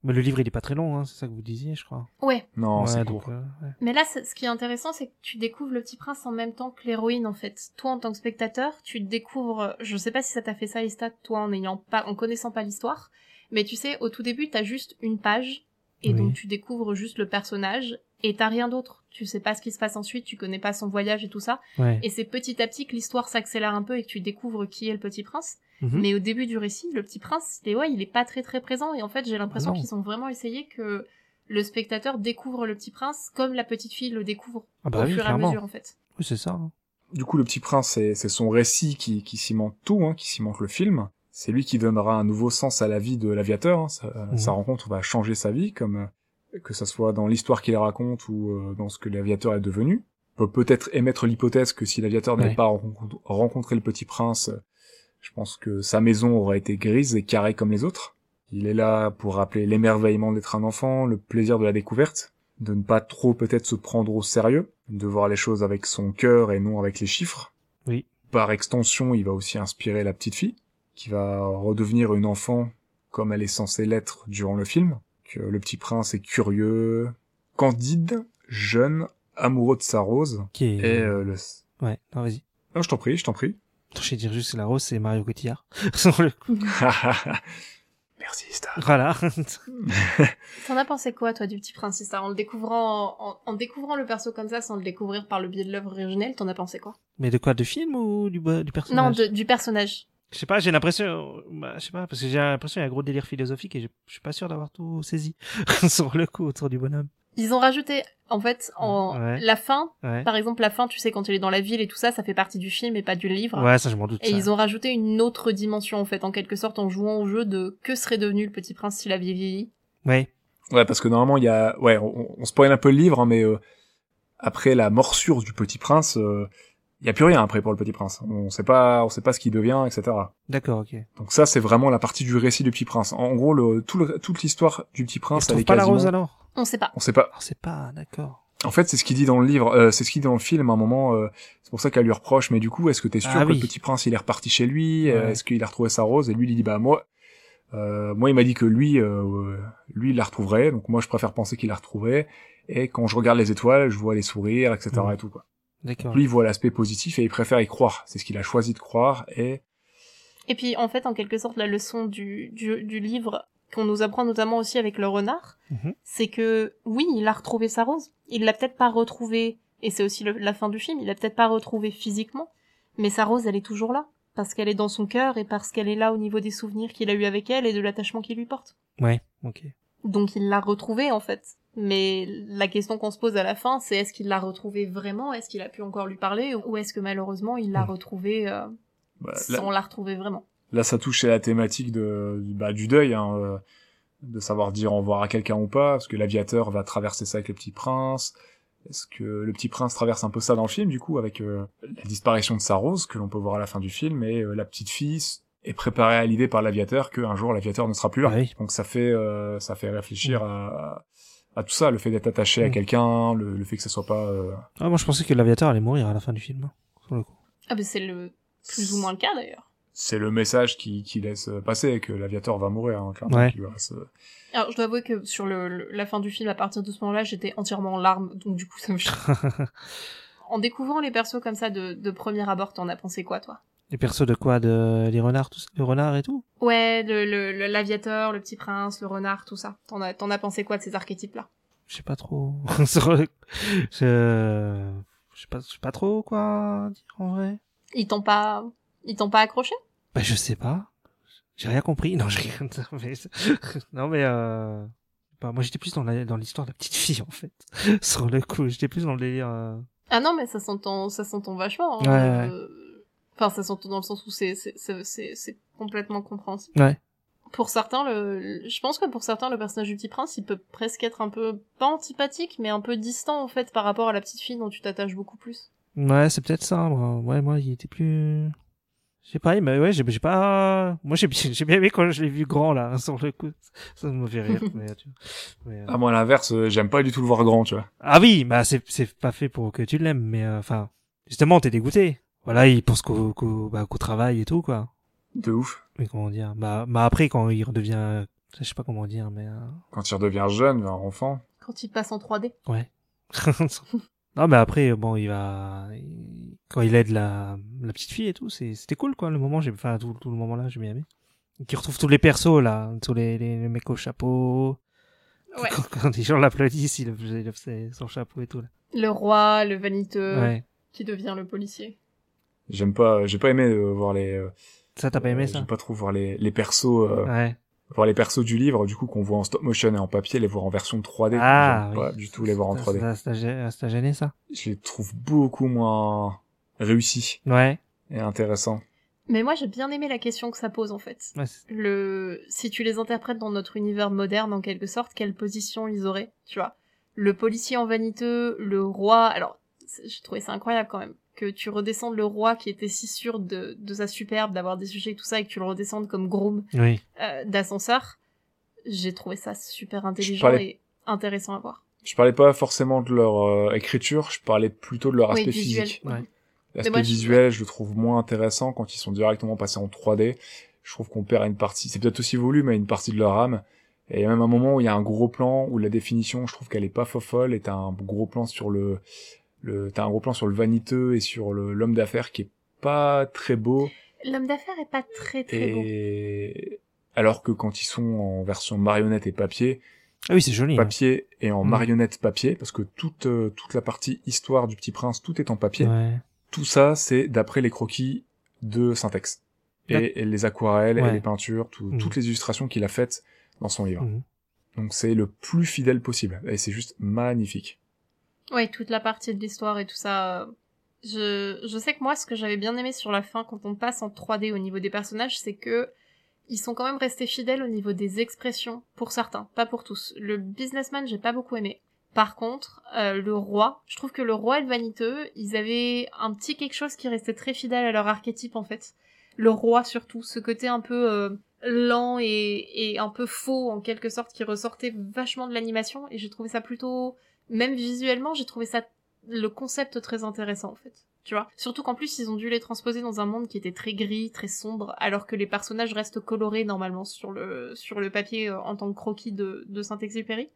Mais le livre, il est pas très long, hein, c'est ça que vous disiez, je crois.
Ouais.
Non,
Ouais,
c'est
donc,
court.
euh, ouais.
Mais là, c'est- ce qui est intéressant, c'est que tu découvres le Petit Prince en même temps que l'héroïne, en fait. Toi, en tant que spectateur, tu découvres, je sais pas si ça t'a fait ça, Ista, toi, en n'ayant pas, en connaissant pas l'histoire, mais tu sais, au tout début, t'as juste une page
Oui.
Et donc tu découvres juste le personnage et t'as rien d'autre. Tu sais pas ce qui se passe ensuite, tu connais pas son voyage et tout ça.
Ouais.
Et c'est petit à petit que l'histoire s'accélère un peu et que tu découvres qui est le petit prince.
Mhm.
Mais au début du récit, le petit prince, il est, ouais, il est pas très très présent. Et en fait, j'ai l'impression
Ah non.
qu'ils ont vraiment essayé que le spectateur découvre le petit prince comme la petite fille le découvre
Ah bah
au
oui,
fur et à
clairement.
mesure, en fait.
Oui, c'est ça. hein.
Du coup, le petit prince, c'est c'est son récit qui, qui cimente tout, hein, qui cimente le film. C'est lui qui donnera un nouveau sens à la vie de l'aviateur. hein. Sa,
Mhm.
sa rencontre va changer sa vie, comme euh, que ça soit dans l'histoire qu'il raconte ou euh, dans ce que l'aviateur est devenu. On peut peut-être émettre l'hypothèse que si l'aviateur n'avait
Ouais.
pas rencontre- rencontré le petit prince, euh, je pense que sa maison aurait été grise et carrée comme les autres. Il est là pour rappeler l'émerveillement d'être un enfant, le plaisir de la découverte de ne pas trop peut-être se prendre au sérieux, de voir les choses avec son cœur et non avec les chiffres.
Oui.
Par extension, il va aussi inspirer la petite fille, qui va redevenir une enfant comme elle est censée l'être durant le film. Que le petit prince est curieux, candide, jeune, amoureux de sa rose,
Qui est...
et euh, le...
Ouais, non, vas-y.
Non, je t'en prie, je t'en prie.
Attends, Je vais dire juste que la rose, c'est Mario Cotillard. Sur le-
Merci, Star.
voilà.
T'en as pensé quoi, toi, du petit prince c'est ça En le découvrant, en, en découvrant le perso comme ça, sans le découvrir par le biais de l'œuvre originelle, t'en as pensé quoi
Mais de quoi De film ou du, bo- du personnage
Non, de- du personnage.
Je sais pas, j'ai l'impression, bah, je sais pas, parce que j'ai l'impression qu'il y a un gros délire philosophique et je, je suis pas sûr d'avoir tout saisi sur le coup autour du bonhomme.
Ils ont rajouté, en fait, en
Ouais.
la fin.
Ouais.
Par exemple, la fin, tu sais, quand il est dans la ville et tout ça, ça fait partie du film et pas du livre.
Ouais, ça je m'en doute.
Et
ça.
ils ont rajouté une autre dimension, en fait, en quelque sorte, en jouant au jeu de que serait devenu le petit prince s'il avait vieilli.
Ouais.
Ouais, parce que normalement, il y a, ouais, on, on spoil un peu le livre, hein, mais euh, après la morsure du Petit Prince, euh, il y a plus rien après pour le Petit Prince. On sait pas, on sait pas ce qu'il devient, etc.
D'accord, ok.
Donc ça, c'est vraiment la partie du récit du Petit Prince. En gros, le, tout le- toute l'histoire du Petit
On
Prince, elle
trouve
est
pas la
quasiment-
rose alors
On sait pas.
On sait pas.
Alors c'est pas, d'accord.
En fait, c'est ce qu'il dit dans le livre, euh, c'est ce qu'il dit dans le film. À un moment, euh, c'est pour ça qu'elle lui reproche. Mais du coup, est-ce que t'es sûr
Ah
que
oui.
le Petit Prince il est reparti chez lui Euh,
Ouais.
Est-ce qu'il a retrouvé sa rose Et lui, il dit bah moi, euh, moi il m'a dit que lui, euh, lui il la retrouverait. Donc moi, je préfère penser qu'il la retrouverait. Et quand je regarde les étoiles, je vois les sourires, etc.
Mhm.
Et tout quoi.
D'accord.
Lui, il voit l'aspect positif et il préfère y croire. C'est ce qu'il a choisi de croire. Et
Et puis, en fait, en quelque sorte, la leçon du, du, du livre qu'on nous apprend notamment aussi avec le renard,
Mhm.
c'est que oui, il a retrouvé sa rose. Il l'a peut-être pas retrouvée, et c'est aussi le- la fin du film, il l'a peut-être pas retrouvée physiquement, mais sa rose, elle est toujours là. Parce qu'elle est dans son cœur et parce qu'elle est là au niveau des souvenirs qu'il a eu avec elle et de l'attachement qu'il lui porte.
Ouais, ok.
Donc il l'a retrouvée en fait. Mais la question qu'on se pose à la fin, c'est est-ce qu'il l'a retrouvée vraiment Est-ce qu'il a pu encore lui parler Ou est-ce que malheureusement il l'a
Mm.
retrouvée euh,
bah, là-
sans la retrouver vraiment
Là, ça touche à la thématique de, du- bah, du deuil, hein, euh, de savoir dire au revoir à quelqu'un ou pas, parce que l'aviateur va traverser ça avec le petit prince. Est-ce que le petit prince traverse un peu ça dans le film, du coup, avec euh, la disparition de sa rose que l'on peut voir à la fin du film, et euh, la petite fille s- est préparée à l'idée par l'aviateur qu'un jour l'aviateur ne sera plus là.
Ah oui.
Donc ça fait, euh, ça fait réfléchir à, à tout ça, le fait d'être attaché à
Mm.
quelqu'un, le, le fait que ça soit pas... euh,
Ah, moi je pensais que l'aviateur allait mourir à la fin du film, hein, sur le coup.
Ah ben c'est le plus ou moins le cas d'ailleurs.
C'est le message qui, qui laisse passer, que l'aviateur va mourir, hein, clairement.
Ouais.
qu'il lui reste, euh,
Alors je dois avouer que sur le, le- la fin du film, à partir de ce moment-là, j'étais entièrement en larmes, donc du coup ça me choque. en découvrant les persos comme ça de, de premier abord, t'en as pensé quoi toi
Les persos de quoi De les renards, tout ça, le renard et tout
Ouais, le- le- le- l'aviateur, le, petit prince, le renard, tout ça. T'en as, t'en as pensé quoi de ces archétypes-là
Je sais pas trop. Sur le- je... je sais pas, je sais pas trop quoi dire en vrai.
Ils t'ont pas, ils t'ont pas accroché
Bah je sais pas. J'ai rien compris. Non, je rigole. Non, mais, non, mais euh... bah, moi j'étais plus dans la- dans l'histoire de la petite fille en fait. Sur le coup, j'étais plus dans le délire. euh,
Ah non, mais ça s'entend, ça s'entend vachement. hein.
Ouais, ouais,
Euh, Enfin, ça s'entend dans le sens où c'est, c'est, c'est, c'est- c'est complètement compréhensible.
Ouais.
Pour certains, le, le- je pense que pour certains, le personnage du petit prince, il peut presque être un peu pas antipathique, mais un peu distant en fait par rapport à la petite fille dont tu t'attaches beaucoup plus.
Ouais, c'est peut-être ça. Moi. Ouais, moi il était plus. Je sais pas, mais ouais, j'ai j'ai pas. Moi j'ai bien j'ai bien aimé quand je l'ai vu grand là, sur le coup. Ça me fait rire. mais, tu vois. Mais, euh,
Ah, moi, à l'inverse, euh, j'aime pas du tout le voir grand, tu vois.
Ah oui, bah c'est c'est pas fait pour que tu l'aimes, mais euh, enfin justement t'es dégoûté. Voilà, il pense qu'au qu'au bah, qu'au travail et tout quoi.
De ouf.
Mais comment dire Bah bah après quand il redevient, euh, je sais pas comment dire, mais euh,
Quand il redevient jeune, un enfant.
Quand il passe en 3D.
ouais. non mais après euh, bon il va il- quand il aide la la petite fille et tout, c'est c'était cool quoi. Le moment j'ai enfin tout, tout le moment là j'ai bien aimé. Qui retrouve tous les persos là, tous les les, les mecs au chapeau.
Ouais.
Quand, quand les gens l'applaudissent, il lève, il lève ses- son chapeau et tout. Là.
Le roi, le vaniteux,
Ouais.
qui devient le policier.
J'aime pas, j'ai pas aimé euh, voir les. euh,
Ça, t'as pas aimé
euh,
ça
J'aime pas trop voir les, les persos, euh,
Ouais.
voir les persos du livre, du coup qu'on voit en stop motion et en papier, les voir en version 3D.
Ah,
J'aime
oui.
pas du tout les voir en
Ça-
3D.
ça- ça t'a gê- ça t'a gêné, ça
Je les trouve beaucoup moins réussis
Ouais.
et intéressants.
Mais moi, j'ai bien aimé la question que ça pose, en fait.
Ouais, c'est-
Le... Si tu les interprètes dans notre univers moderne, en quelque sorte, quelle position ils auraient, tu vois Le policier en vaniteux, le roi... Alors, c'est- j'ai trouvé ça incroyable, quand même. Que tu redescendes le roi qui était si sûr de, de sa superbe, d'avoir des sujets et tout ça, et que tu le redescendes comme groom
Oui.
euh, d'ascenseur. J'ai trouvé ça super intelligent
parlais-
et intéressant à voir.
Je parlais pas forcément de leur euh, écriture, je parlais plutôt de leur
Oui,
aspect
visuel.
physique.
Ouais.
L'aspect
Mais moi, je-
visuel, je le trouve moins intéressant quand ils sont directement passés en 3D. Je trouve qu'on perd une partie, c'est peut-être aussi voulu, mais une partie de leur âme. Et même un moment où il y a un gros plan, où la définition, je trouve qu'elle est pas fofolle, et t'as un gros plan sur le, le t'as un gros plan sur le vaniteux et sur le- l'homme d'affaires qui est pas très beau.
L'homme d'affaires est pas très très beau.
Et alors que quand ils sont en version marionnette et papier,
Ah oui, c'est joli. hein.
papier et en
Mm.
marionnette papier, parce que toute, euh, toute la partie histoire du petit prince, tout est en papier.
Ouais.
Tout ça, c'est d'après les croquis de Syntex.
D'ac-
Et, et les aquarelles,
Ouais.
et les peintures, tout-
Mm.
toutes les illustrations qu'il a faites dans son livre.
Mhm.
Donc c'est le plus fidèle possible. Et c'est juste magnifique.
Ouais, toute la partie de l'histoire et tout ça. euh, Je, je sais que moi, ce que j'avais bien aimé sur la fin, quand on passe en 3D au niveau des personnages, c'est que ils sont quand même restés fidèles au niveau des expressions, pour certains, pas pour tous. Le businessman, j'ai pas beaucoup aimé. Par contre, euh, le roi, je trouve que le roi et le vaniteux, ils avaient un petit quelque chose qui restait très fidèle à leur archétype, en fait. Le roi, surtout, ce côté un peu euh, lent et, et un peu faux, en quelque sorte, qui ressortait vachement de l'animation, et j'ai trouvé ça plutôt même visuellement, j'ai trouvé ça le concept très intéressant en fait. Tu vois Surtout qu'en plus, ils ont dû les transposer dans un monde qui était très gris, très sombre, alors que les personnages restent colorés normalement sur le, sur le papier euh, en tant que croquis de, de Saint-Exupéry.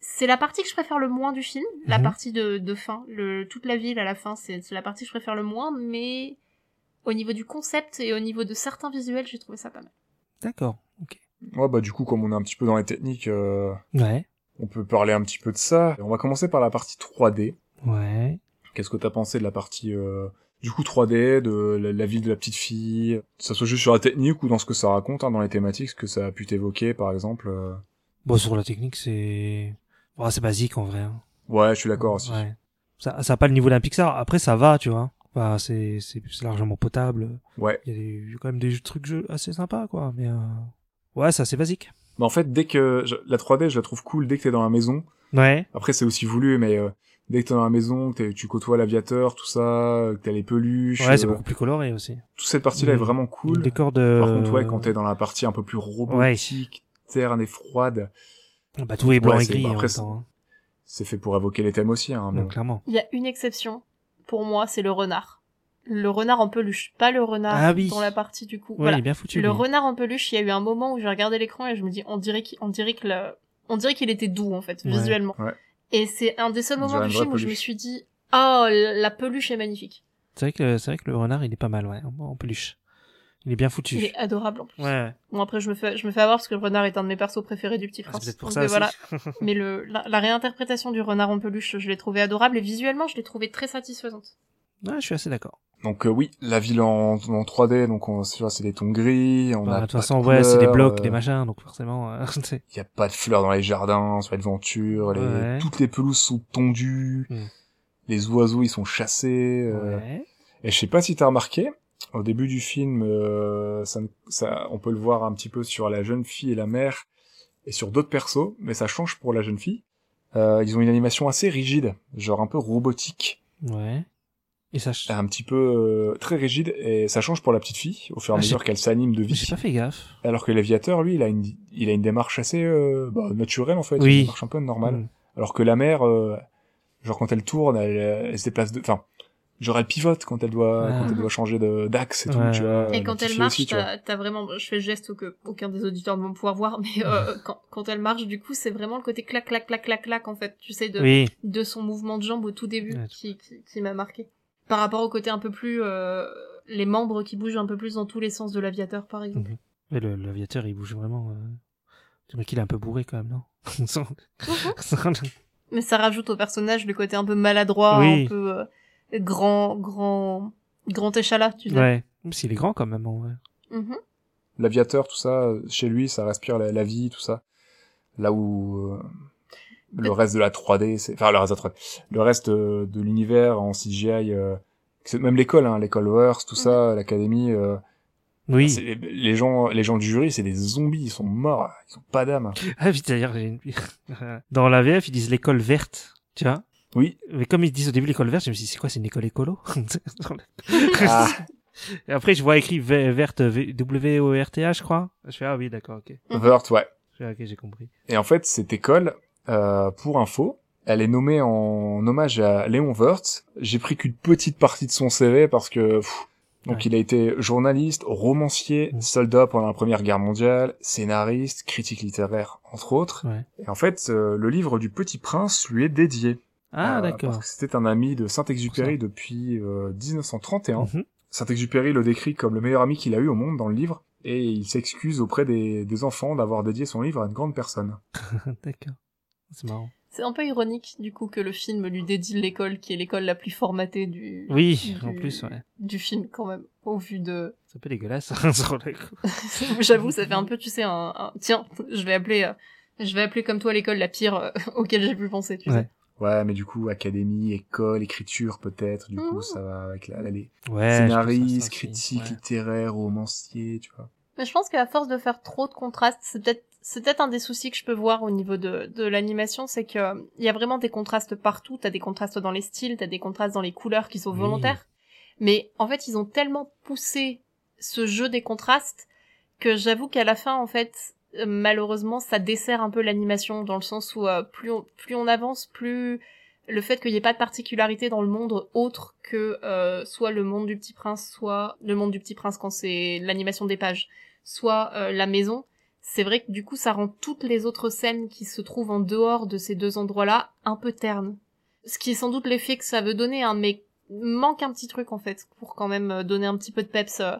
C'est la partie que je préfère le moins du film, la
Mhm.
partie de, de fin. Le, toute la ville à la fin, c'est c'est la partie que je préfère le moins, mais au niveau du concept et au niveau de certains visuels, j'ai trouvé ça pas mal.
D'accord. Ok.
Ouais, bah du coup, comme on est un petit peu dans les techniques, euh,
Ouais.
on peut parler un petit peu de ça. On va commencer par la partie 3D.
Ouais.
Qu'est-ce que t'as pensé de la partie euh, du coup 3D, de la, la vie de la petite fille, que ça soit juste sur la technique ou dans ce que ça raconte, hein, dans les thématiques, ce que ça a pu t'évoquer par exemple. euh.
Bon, sur la technique, c'est. Bon, c'est basique en vrai. hein.
Ouais, je suis d'accord aussi. Ouais.
Ouais. Ça, ça a pas le niveau d'un Pixar. Après, ça va, tu vois. Enfin, c'est, c'est, c'est largement potable. Il y a des- il y a quand même des trucs jeux assez sympas, quoi. Mais euh, ouais, ça, c'est basique.
Mais en fait, dès que je- la 3D, je la trouve cool dès que t'es dans la maison.
Ouais.
Après, c'est aussi voulu, mais euh, dès que t'es dans la maison, que t'es- tu côtoies l'aviateur, tout ça, que t'as les peluches,
Ouais, c'est
euh,
beaucoup plus coloré aussi.
toute cette partie-là
Mm.
est vraiment
Le
cool.
décor de.
Par contre, ouais, quand t'es dans la partie un peu plus robotique, terne et froide,
Bah, tout est blanc
Ouais,
et
c'est-
gris
bah,
en
après,
même temps. hein.
c'est fait pour évoquer les thèmes aussi. Hein, mais
Donc, clairement.
Il y a une exception, pour moi, c'est le renard. Le renard en peluche, pas le renard
Ah oui.
dans la partie du coup.
Ouais,
voilà.
il est bien foutu.
Le
lui.
renard en peluche, il y a eu un moment où j'ai regardé l'écran et je me dis, on dirait qu'il, on dirait que le- on dirait qu'il était doux en fait,
Ouais.
visuellement.
Ouais.
Et c'est un des seuls
On
moments
dirait
du
une vraie
film où je me
peluche.
suis dit, oh, la peluche est magnifique.
C'est vrai que le, c'est vrai que le renard, il est pas mal, ouais, en, en peluche. Il est bien foutu.
Il est adorable en plus.
Ouais, ouais.
Bon après, je me fais, je me fais avoir parce que le renard est un de mes persos préférés du Petit
Ah,
Prince.
c'est peut-être pour
Donc,
ça
mais
aussi.
voilà. Mais le, la, la réinterprétation du renard en peluche, je l'ai trouvé adorable et visuellement, je l'ai trouvé très satisfaisante.
Ouais, je suis assez d'accord.
Donc euh, oui, la ville en, en 3D, donc on, tu vois, c'est des tons gris, on
Bah,
a
de toute
pas
façon,
de
ouais, c'est des
couleurs,
blocs,
euh,
des machins, donc forcément, euh, c'est-
Il y a pas de fleurs dans les jardins, sur les devantures, les-
Ouais.
toutes les pelouses sont tondues,
Mm.
les oiseaux ils sont chassés. euh,
ouais.
Et je sais pas si t'as remarqué, au début du film, euh, ça, ne- ça, on peut le voir un petit peu sur la jeune fille et la mère, et sur d'autres persos, mais ça change pour la jeune fille. Euh, ils ont une animation assez rigide, genre un peu robotique,
ouais. Et ça, je-
un petit peu euh, très rigide, et ça change pour la petite fille au fur et à
Ah,
mesure
j'ai-
qu'elle s'anime de vie.
j'ai pas fait gaffe.
Alors que l'aviateur, lui, il a une, il a une démarche assez euh, bah, naturelle en fait,
Oui.
une démarche un peu normale.
Mm.
Alors que la mère, euh, genre quand elle tourne, elle, euh, elle se déplace de, enfin, genre elle pivote quand elle doit,
Ah.
quand elle doit changer de d'axe et tout,
Ouais.
tu vois.
Et
la
quand
petite
elle
fille
marche, euh,
aussi, tu vois.
t'as t'as vraiment, je fais le geste que aucun des auditeurs ne vont pouvoir voir, mais euh, quand, quand elle marche, du coup, c'est vraiment le côté clac, clac, clac, clac, clac, en fait, tu sais, de,
Oui,
de son mouvement de jambe au tout début
Ouais.
qui, qui, qui m'a marqué. Par rapport au côté un peu plus, euh, les membres qui bougent un peu plus dans tous les sens de l'aviateur, par exemple.
mais le- l'aviateur, il bouge vraiment. euh, Le mec, il est un peu bourré quand même, non
Mais ça rajoute au personnage le côté un peu maladroit,
Mm. Oui.
un peu euh, grand, grand, grand échalas, tu sais.
ouais. Même s'il est grand quand même, en vrai.
Mhm.
L'aviateur, tout ça, euh, chez lui, ça respire la, la vie, tout ça. Là où euh, le reste de la 3D, c'est... enfin le reste de la 3D, le reste euh, de l'univers en CGI, euh, c'est même l'école, hein, l'école Hearst, tout ça, l'académie, euh, c'est
Oui.
les, les gens, les gens du jury, c'est des zombies, ils sont morts, ils ont pas d'âme.
Ah, vite d'ailleurs, j'ai une... dans la VF, ils disent l'école verte, tu vois.
Oui.
Mais comme ils disent au début l'école verte, je me suis dit, c'est quoi, c'est une école écolo
Ah.
Et après, je vois écrit V- verte, V- W-O-R-T-A, je crois. Je fais, ah oui, d'accord, ok.
Mhm.
Vert, ouais.
Je fais, ok, j'ai compris.
Et en fait, cette école, euh, pour info, elle est nommée en hommage à Léon Wirtz. J'ai pris qu'une petite partie de son CV parce que... pff, donc
Ouais.
il a été journaliste, romancier,
Mm.
soldat pendant la Première Guerre mondiale, scénariste, critique littéraire, entre autres.
Ouais.
Et en fait, euh, le livre du Petit Prince lui est dédié.
Ah,
Euh,
d'accord.
Parce que c'était un ami de Saint-Exupéry
Ça.
depuis euh, 1931.
Mhm.
Saint-Exupéry le décrit comme le meilleur ami qu'il a eu au monde dans le livre, et il s'excuse auprès des, des enfants d'avoir dédié son livre à une grande personne.
D'accord. C'est marrant.
C'est un peu ironique, du coup, que le film lui dédie l'école, qui est l'école la plus formatée du,
Oui,
du-
en plus, ouais.
du film, quand même, au vu de...
C'est un peu dégueulasse, sur le coup.
J'avoue, ça fait un peu, tu sais, un... un- Tiens, je vais appeler... euh, Je vais appeler comme toi l'école la pire euh, auquel j'ai pu penser, tu
Ouais.
sais.
Ouais, mais du coup, académie, école, écriture peut-être, du coup,
Mhm.
ça va avec la, l'allée.
Ouais. je trouve ça,
Scénariste,
ça,
critique
ouais.
littéraire, romancier, tu vois.
Mais je pense qu'à force de faire trop de contrastes, c'est peut-être c'est peut-être un des soucis que je peux voir au niveau de, de l'animation, c'est que euh, il y a vraiment des contrastes partout, t'as des contrastes dans les styles, t'as des contrastes dans les couleurs qui sont
Oui.
volontaires. Mais en fait, ils ont tellement poussé ce jeu des contrastes que j'avoue qu'à la fin, en fait, euh, malheureusement, ça dessert un peu l'animation dans le sens où euh, plus on, plus on avance, plus le fait qu'il n'y ait pas de particularité dans le monde autre que euh, soit le monde du Petit Prince, soit le monde du Petit Prince quand c'est l'animation des pages, soit euh, la maison. C'est vrai que du coup, ça rend toutes les autres scènes qui se trouvent en dehors de ces deux endroits-là un peu ternes. Ce qui est sans doute l'effet que ça veut donner, hein, mais manque un petit truc en fait pour quand même euh, donner un petit peu de peps euh,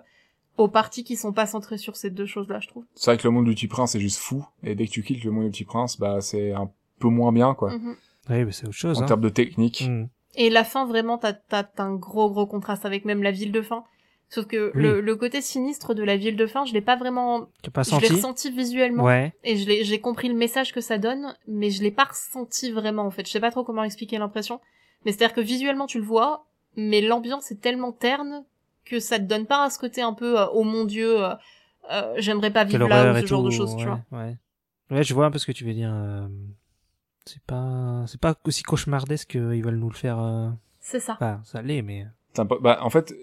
aux parties qui sont pas centrées sur ces deux choses-là, je trouve.
C'est vrai que le monde du petit prince est juste fou, et dès que tu quittes le monde du petit prince, bah, c'est un peu moins bien, quoi.
Mhm.
Ouais, mais c'est autre chose,
En
hein.
termes de technique.
Mm.
Et la fin, vraiment, t'as t'as- t'as un gros gros contraste avec même la ville de fin. Sauf que
Oui.
le, le côté sinistre de la ville de fin, je l'ai pas vraiment,
T'as pas
je l'ai
senti?
ressenti visuellement
Ouais.
et je l'ai- j'ai compris le message que ça donne, mais je l'ai pas ressenti vraiment en fait. Je sais pas trop comment expliquer l'impression, mais c'est-à-dire que visuellement tu le vois, mais l'ambiance est tellement terne que ça te donne pas à ce côté un peu euh, oh mon dieu, euh, euh, j'aimerais pas
Quelle
vivre là
horreur
ou
et
ce
tout.
genre de choses, tu
ouais,
vois.
Ouais. Ouais, je vois un peu ce que tu veux dire. euh, C'est pas, c'est pas aussi cauchemardesque qu'ils veulent nous le faire. euh,
C'est ça.
Enfin, ça l'est, mais.
T'as pas- Bah, en fait,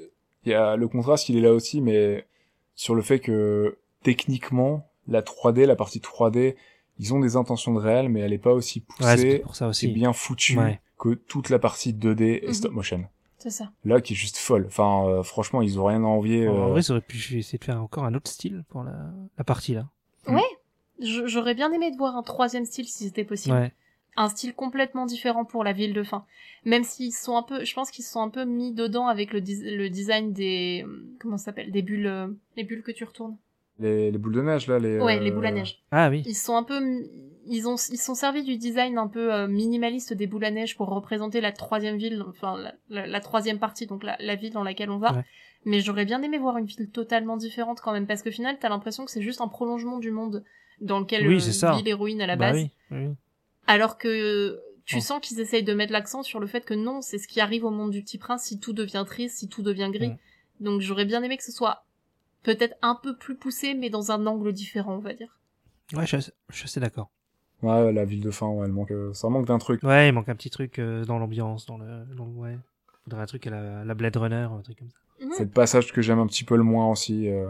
il y a le contraste, il est là aussi, mais sur le fait que techniquement, la 3D, la partie 3D, ils ont des intentions de réel, mais elle est pas aussi
Ouais, c'est
poussée
peut-être pour ça
c'est
aussi.
bien foutue
Ouais.
que toute la partie 2D et
Mhm.
stop motion.
C'est ça.
Là, qui est juste folle. Enfin, euh, franchement, ils ont rien à envier.
En
euh,
vrai, ça aurait pu essayer de faire encore un autre style pour la, la partie là.
Je- J'aurais bien aimé de voir un troisième style si c'était possible.
Ouais.
un style complètement différent pour la ville de fin. Même s'ils sont un peu, je pense qu'ils se sont un peu mis dedans avec le, dis- le design des, comment ça s'appelle, des bulles, euh, les bulles que tu retournes.
les, les boules de neige, là, les...
Ouais, les
euh,
boules à neige.
Ah oui.
Ils sont un peu, mis- ils ont, ils sont servis du design un peu euh, minimaliste des boules à neige pour représenter la troisième ville, enfin la, la- la troisième partie, donc la, la ville dans laquelle on va.
Ouais.
Mais j'aurais bien aimé voir une ville totalement différente quand même, parce que final, t'as l'impression que c'est juste un prolongement du monde dans lequel
Oui,
euh,
c'est ça.
vit l'héroïne à la
bah
base.
oui. oui.
Alors que euh, tu
Oh.
sens qu'ils essayent de mettre l'accent sur le fait que non, c'est ce qui arrive au monde du petit prince si tout devient triste, si tout devient gris.
Mm.
Donc j'aurais bien aimé que ce soit peut-être un peu plus poussé, mais dans un angle différent, on va dire.
Ouais, je, suis- je suis assez d'accord.
Ouais, la ville de fin, ouais, elle manque, euh, ça manque d'un truc.
Ouais, il manque un petit truc euh, dans l'ambiance, dans le, dans le, ouais. Faudrait un truc à la, la Blade Runner, un truc comme ça.
Mhm.
C'est le passage que j'aime un petit peu le moins aussi. euh.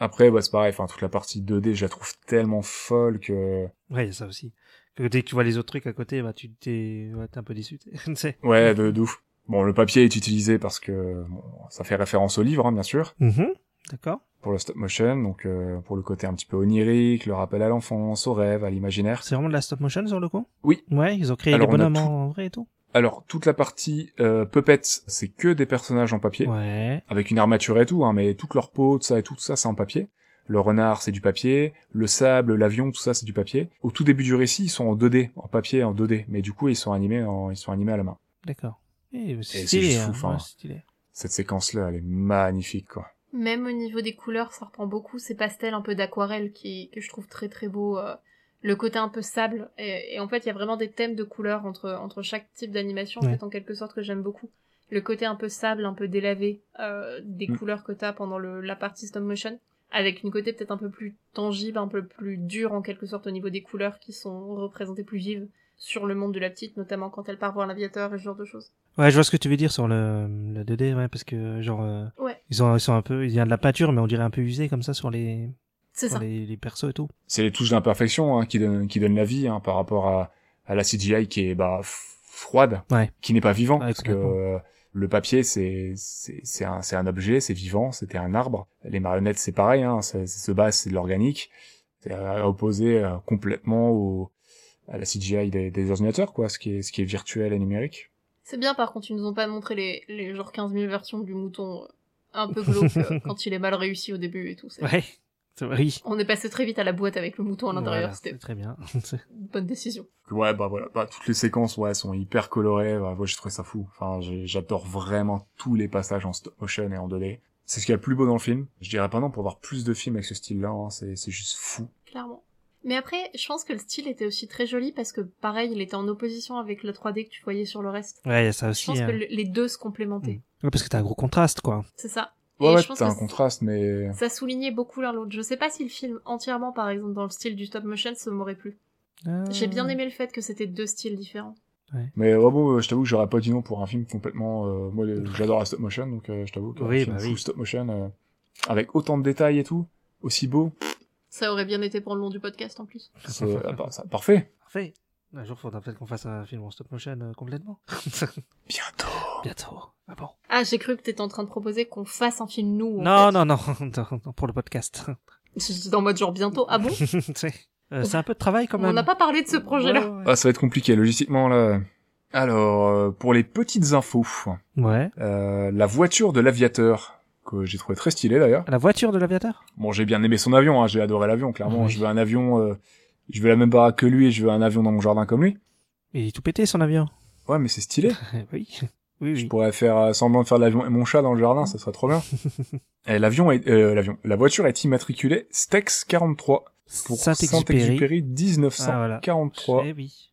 Après, bah, c'est pareil, enfin, toute la partie 2D, je la trouve tellement folle que...
Ouais, il y a ça aussi. Que dès que tu vois les autres trucs à côté, bah tu t'es, ouais, t'es un peu déçu. t'es- tu sais.
Ouais, de, de ouf. Bon, le papier est utilisé parce que bon, ça fait référence au livre, hein, bien sûr,
Mhm. D'accord.
pour le stop motion, donc euh, pour le côté un petit peu onirique, le rappel à l'enfance, au rêve, à l'imaginaire.
C'est vraiment de la stop motion sur le coup
Oui.
Ouais, ils ont créé
Alors,
des
on a
bonhommes
tout.
en en vrai et tout.
Alors, toute la partie euh, puppets, c'est que des personnages en papier,
Ouais.
avec une armature et tout, hein, mais toute leur peau, tout ça et tout, tout ça, c'est en papier. Le renard, c'est du papier. Le sable, l'avion, tout ça, c'est du papier. Au tout début du récit, ils sont en 2D, en papier, en 2D. Mais du coup, ils sont animés, en... ils sont animés à la main.
D'accord. Eh, C'est
c'est
stylé,
juste
hein,
fou, enfin.
ouais, c'est stylé.
Cette séquence-là, elle est magnifique, quoi.
Même au niveau des couleurs, ça reprend beaucoup ces pastels un peu d'aquarelle qui, que je trouve très très beau. euh, le côté un peu sable. Et, et en fait, il y a vraiment des thèmes de couleurs entre, entre chaque type d'animation, en
Ouais.
fait, en quelque sorte, que j'aime beaucoup. Le côté un peu sable, un peu délavé, euh, des
Mm.
couleurs que t'as pendant le, la partie stop motion. Avec une côté peut-être un peu plus tangible, un peu plus dur en quelque sorte au niveau des couleurs qui sont représentées plus vives sur le monde de la petite, notamment quand elle part voir l'aviateur et ce genre de choses.
Ouais, je vois ce que tu veux dire sur le, le 2D, ouais, parce que genre euh,
Ouais.
ils ont ils sont un peu il y a de la peinture mais on dirait un peu usé comme ça sur les
C'est
sur
ça.
les, les persos et tout.
c'est les touches d'imperfection hein, qui donnent qui donnent la vie hein, par rapport à, à la CGI qui est bah f- froide,
Ouais.
qui n'est pas vivant
Ouais,
parce que
complètement.
euh, le papier c'est c'est c'est un c'est un objet, c'est vivant, c'était un arbre. Les marionnettes c'est pareil, hein, ça, ça se base c'est de l'organique, c'est euh, opposé euh, complètement au à la CGI des, des ordinateurs quoi, ce qui est ce qui est virtuel et numérique.
C'est bien, par contre, ils nous ont pas montré les, les genre 15 000 versions du mouton euh, un peu glauque euh, quand il est mal réussi au début et tout. c'est-
Ouais. C'est- Oui.
On est passé très vite à la boîte avec le mouton à l'intérieur,
Voilà,
c'était
c'est très bien.
une bonne décision.
Ouais bah voilà, bah, toutes les séquences ouais sont hyper colorées, bah, moi je trouve ça fou. Enfin j'ai- j'adore vraiment tous les passages en stop motion et en 2D. C'est ce qu'il y a de plus beau dans le film. Je dirais pas non pour voir plus de films avec ce style-là, hein, c'est c'est juste fou.
Clairement. Mais après, je pense que le style était aussi très joli parce que, pareil, il était en opposition avec la 3D que tu voyais sur le reste.
Ouais, il y a ça
Je
aussi.
pense
hein. Mm.
que le- les deux se complémentaient.
Ouais, parce que t'as un gros contraste quoi.
C'est ça.
Ouais,
Et
ouais
je pense
t'as
que
un contraste, mais
ça soulignait beaucoup l'un l'autre. Je sais pas si le film entièrement, par exemple, dans le style du stop motion, ça m'aurait plu. J'ai
Euh. Ah.
bien aimé le fait que c'était deux styles différents.
mais ouais, bon, euh, je t'avoue que j'aurais pas dit non pour un film complètement. euh, Moi, euh, j'adore la stop motion, donc euh, je t'avoue que
Oui,
un film
bah
full
oui.
stop motion euh, avec autant de détails et tout, aussi beau,
Ça aurait bien été pour le nom du podcast en plus.
c'est ah, bah, ça- parfait.
Parfait. Un jour, faudra peut-être qu'on fasse un film en stop motion euh, complètement.
Bientôt.
Bientôt. Ah bon.
Ah, j'ai cru que t'étais en train de proposer qu'on fasse un film nous. en
Non,
fait.
non, non, non, non, pour le podcast.
J'étais en mode genre bientôt. Ah bon
C'est euh, c'est un peu de travail quand même.
On n'a pas parlé de ce projet-là.
Ouais, ouais,
Ah, ça va être compliqué logistiquement là. Alors, euh, pour les petites infos.
ouais. Ouais.
Euh, la voiture de l'aviateur que j'ai trouvé très stylée d'ailleurs.
La voiture de l'aviateur
Bon, j'ai bien aimé son avion, hein, j'ai adoré l'avion. Clairement,
Oui.
je veux un avion, euh, je veux la même baraque que lui, et je veux un avion dans mon jardin comme lui.
Il est tout pété son avion.
Ouais, mais c'est stylé.
Eh oui. Oui,
Je
oui.
pourrais faire euh, semblant de faire de l'avion et mon chat dans le jardin, ça serait trop bien. et l'avion est, euh, l'avion, la voiture est immatriculée Stex 43 pour
Saint-Exupéry. Ah,
Saint-Exupéry 1943,
Eh oui.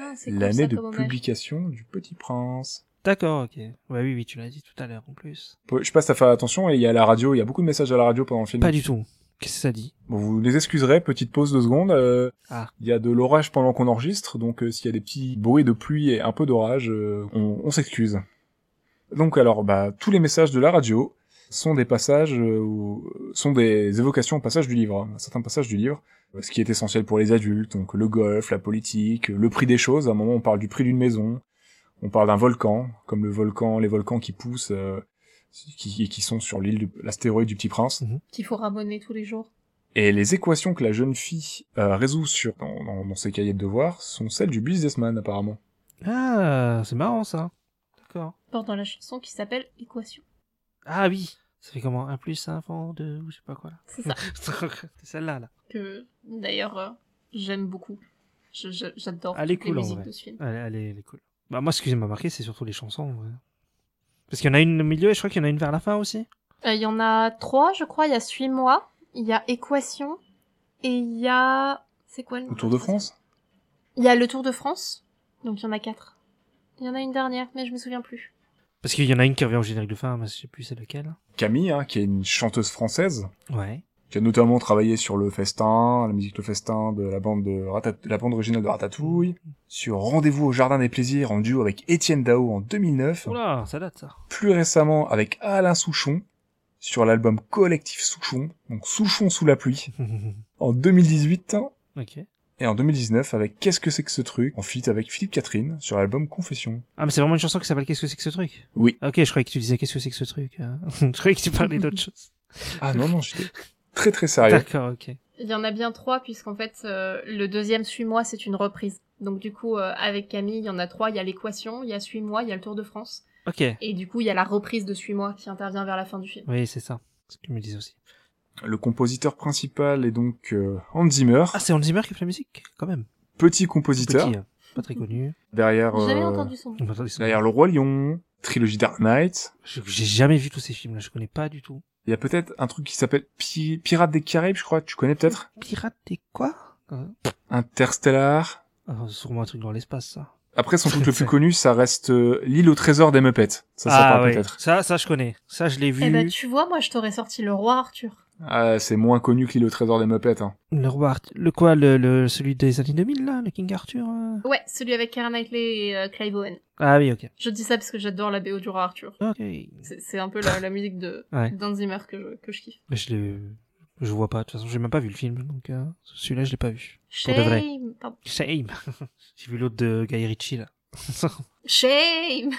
Ah, c'est cool,
l'année
ça,
de
comme hommage.
publication du Petit Prince.
D'accord, ok. Ouais, oui, oui, tu l'as dit tout à l'heure en plus.
Je passe à faire attention et il y a la radio, il y a beaucoup de messages à la radio pendant le film.
Pas du tout. Qu'est-ce que ça dit
Bon, vous les excuserez, petite pause deux secondes. euh, Il
Ah.
y a de l'orage pendant qu'on enregistre, donc euh, s'il y a des petits bruits de pluie et un peu d'orage, euh, on, on s'excuse. Donc alors, bah, tous les messages de la radio sont des passages euh, ou sont des évocations au passage du livre, hein, à certains passages du livre, euh, ce qui est essentiel pour les adultes, donc le golf, la politique, euh, le prix des choses. À un moment, on parle du prix d'une maison, on parle d'un volcan, comme le volcan, les volcans qui poussent, euh, qui, qui sont sur l'île de l'astéroïde du Petit Prince.
Qu'il faut ramonner tous les jours.
Et les équations que la jeune fille euh, résout sur, dans, dans- dans ses cahiers de devoirs sont celles du businessman apparemment.
Ah, c'est marrant ça. D'accord.
Dans la chanson qui s'appelle Équation.
Ah oui. Ça fait comment Un plus un avant deux ou je sais pas quoi là.
C'est ça.
c'est celle-là là.
Que d'ailleurs, euh, j'aime beaucoup. Je- je- J'adore
Elle est
toutes
cool, en
les musiques
vrai.
de ce film.
Elle, elle est, elle est cool. Bah moi, ce qui m'a marqué, c'est surtout les chansons. ouais. Parce qu'il y en a une au milieu et je crois qu'il y en a une vers la fin aussi.
Euh, Il y en a trois, je crois. Il y a Suis-moi, il y a Équation, et il y a. Ah, C'est quoi le
Au Tour de France
Il y a le Tour de France. Donc il y en a quatre. Il y en a une dernière, mais je me souviens plus.
Parce qu'il y en a une qui revient au générique de fin, mais je sais plus c'est lequel.
Camille, hein, qui est une chanteuse française,
Ouais.
qui a notamment travaillé sur le festin, la musique le festin de la bande de Ratat- la bande originale de Ratatouille, sur Rendez-vous au Jardin des Plaisirs en duo avec Étienne Dao en 2009,
Oula, ça date ça.
plus récemment avec Alain Souchon, sur l'album Collectif Souchon, donc Souchon sous la pluie, en 2018,
ok.
et en 2019 avec Qu'est-ce que c'est que ce truc, en feat avec Philippe Catherine, sur l'album Confession.
Ah, mais c'est vraiment une chanson qui s'appelle Qu'est-ce que c'est que ce truc
Oui.
Ah, Ok, je croyais que tu disais Qu'est-ce que c'est que ce truc hein. Je croyais que tu parlais d'autre chose.
Ah non, non, j'étais très très sérieux.
D'accord, ok.
Il y en a bien trois, puisqu'en fait, euh, le deuxième Suis-moi, c'est une reprise. Donc, du coup, euh, avec Camille, il y en a trois. Il y a l'équation, il y a Suis-moi, il y a le Tour de France.
Ok.
Et du coup, il y a la reprise de Suis-moi qui intervient vers la fin du film.
Oui, c'est ça. C'est Ce que tu me disais aussi.
Le compositeur principal est donc euh, Hans Zimmer,
Ah, c'est Hans Zimmer qui fait la musique, quand même.
petit compositeur,
Petit, hein. pas très connu.
derrière,
J'ai jamais
euh,
entendu son nom.
On va attendre, ils sont-
derrière Le Roi Lion, trilogie Dark Knight.
Je- J'ai jamais vu tous ces films-là, je connais pas du tout.
Il y a peut-être un truc qui s'appelle Pi- Pirates des Caraïbes, je crois, tu connais peut-être
Pirates des quoi Hein
Interstellar.
ah, C'est sûrement un truc dans l'espace, ça.
Après, son truc le plus connu, ça reste euh, L'île au trésor des Muppets. Ça, ça parle
ouais.
peut-être.
Ah Ça, ça, je connais. Ça, je l'ai vu.
Eh ben, tu vois, moi, je t'aurais sorti le roi Arthur.
Ah, c'est moins connu que L'île au trésor des Muppets. Hein.
Le roi Arth- Le quoi le, le- Celui des années 2000, là Le King Arthur euh
Ouais, celui avec Karen Knightley et euh, Clive Owen.
Ah oui, ok.
Je dis ça parce que j'adore la BO du roi Arthur.
Ok.
C'est c'est un peu la, la musique de
Ouais.
d'Hans Zimmer que je, que je kiffe.
Mais je l'ai... Je vois pas, de toute façon, j'ai même pas vu le film, donc euh, celui-là, je l'ai pas vu. Pour de vrai.
Shame. Pardon.
Shame J'ai vu l'autre de Guy Ritchie, là.
Shame.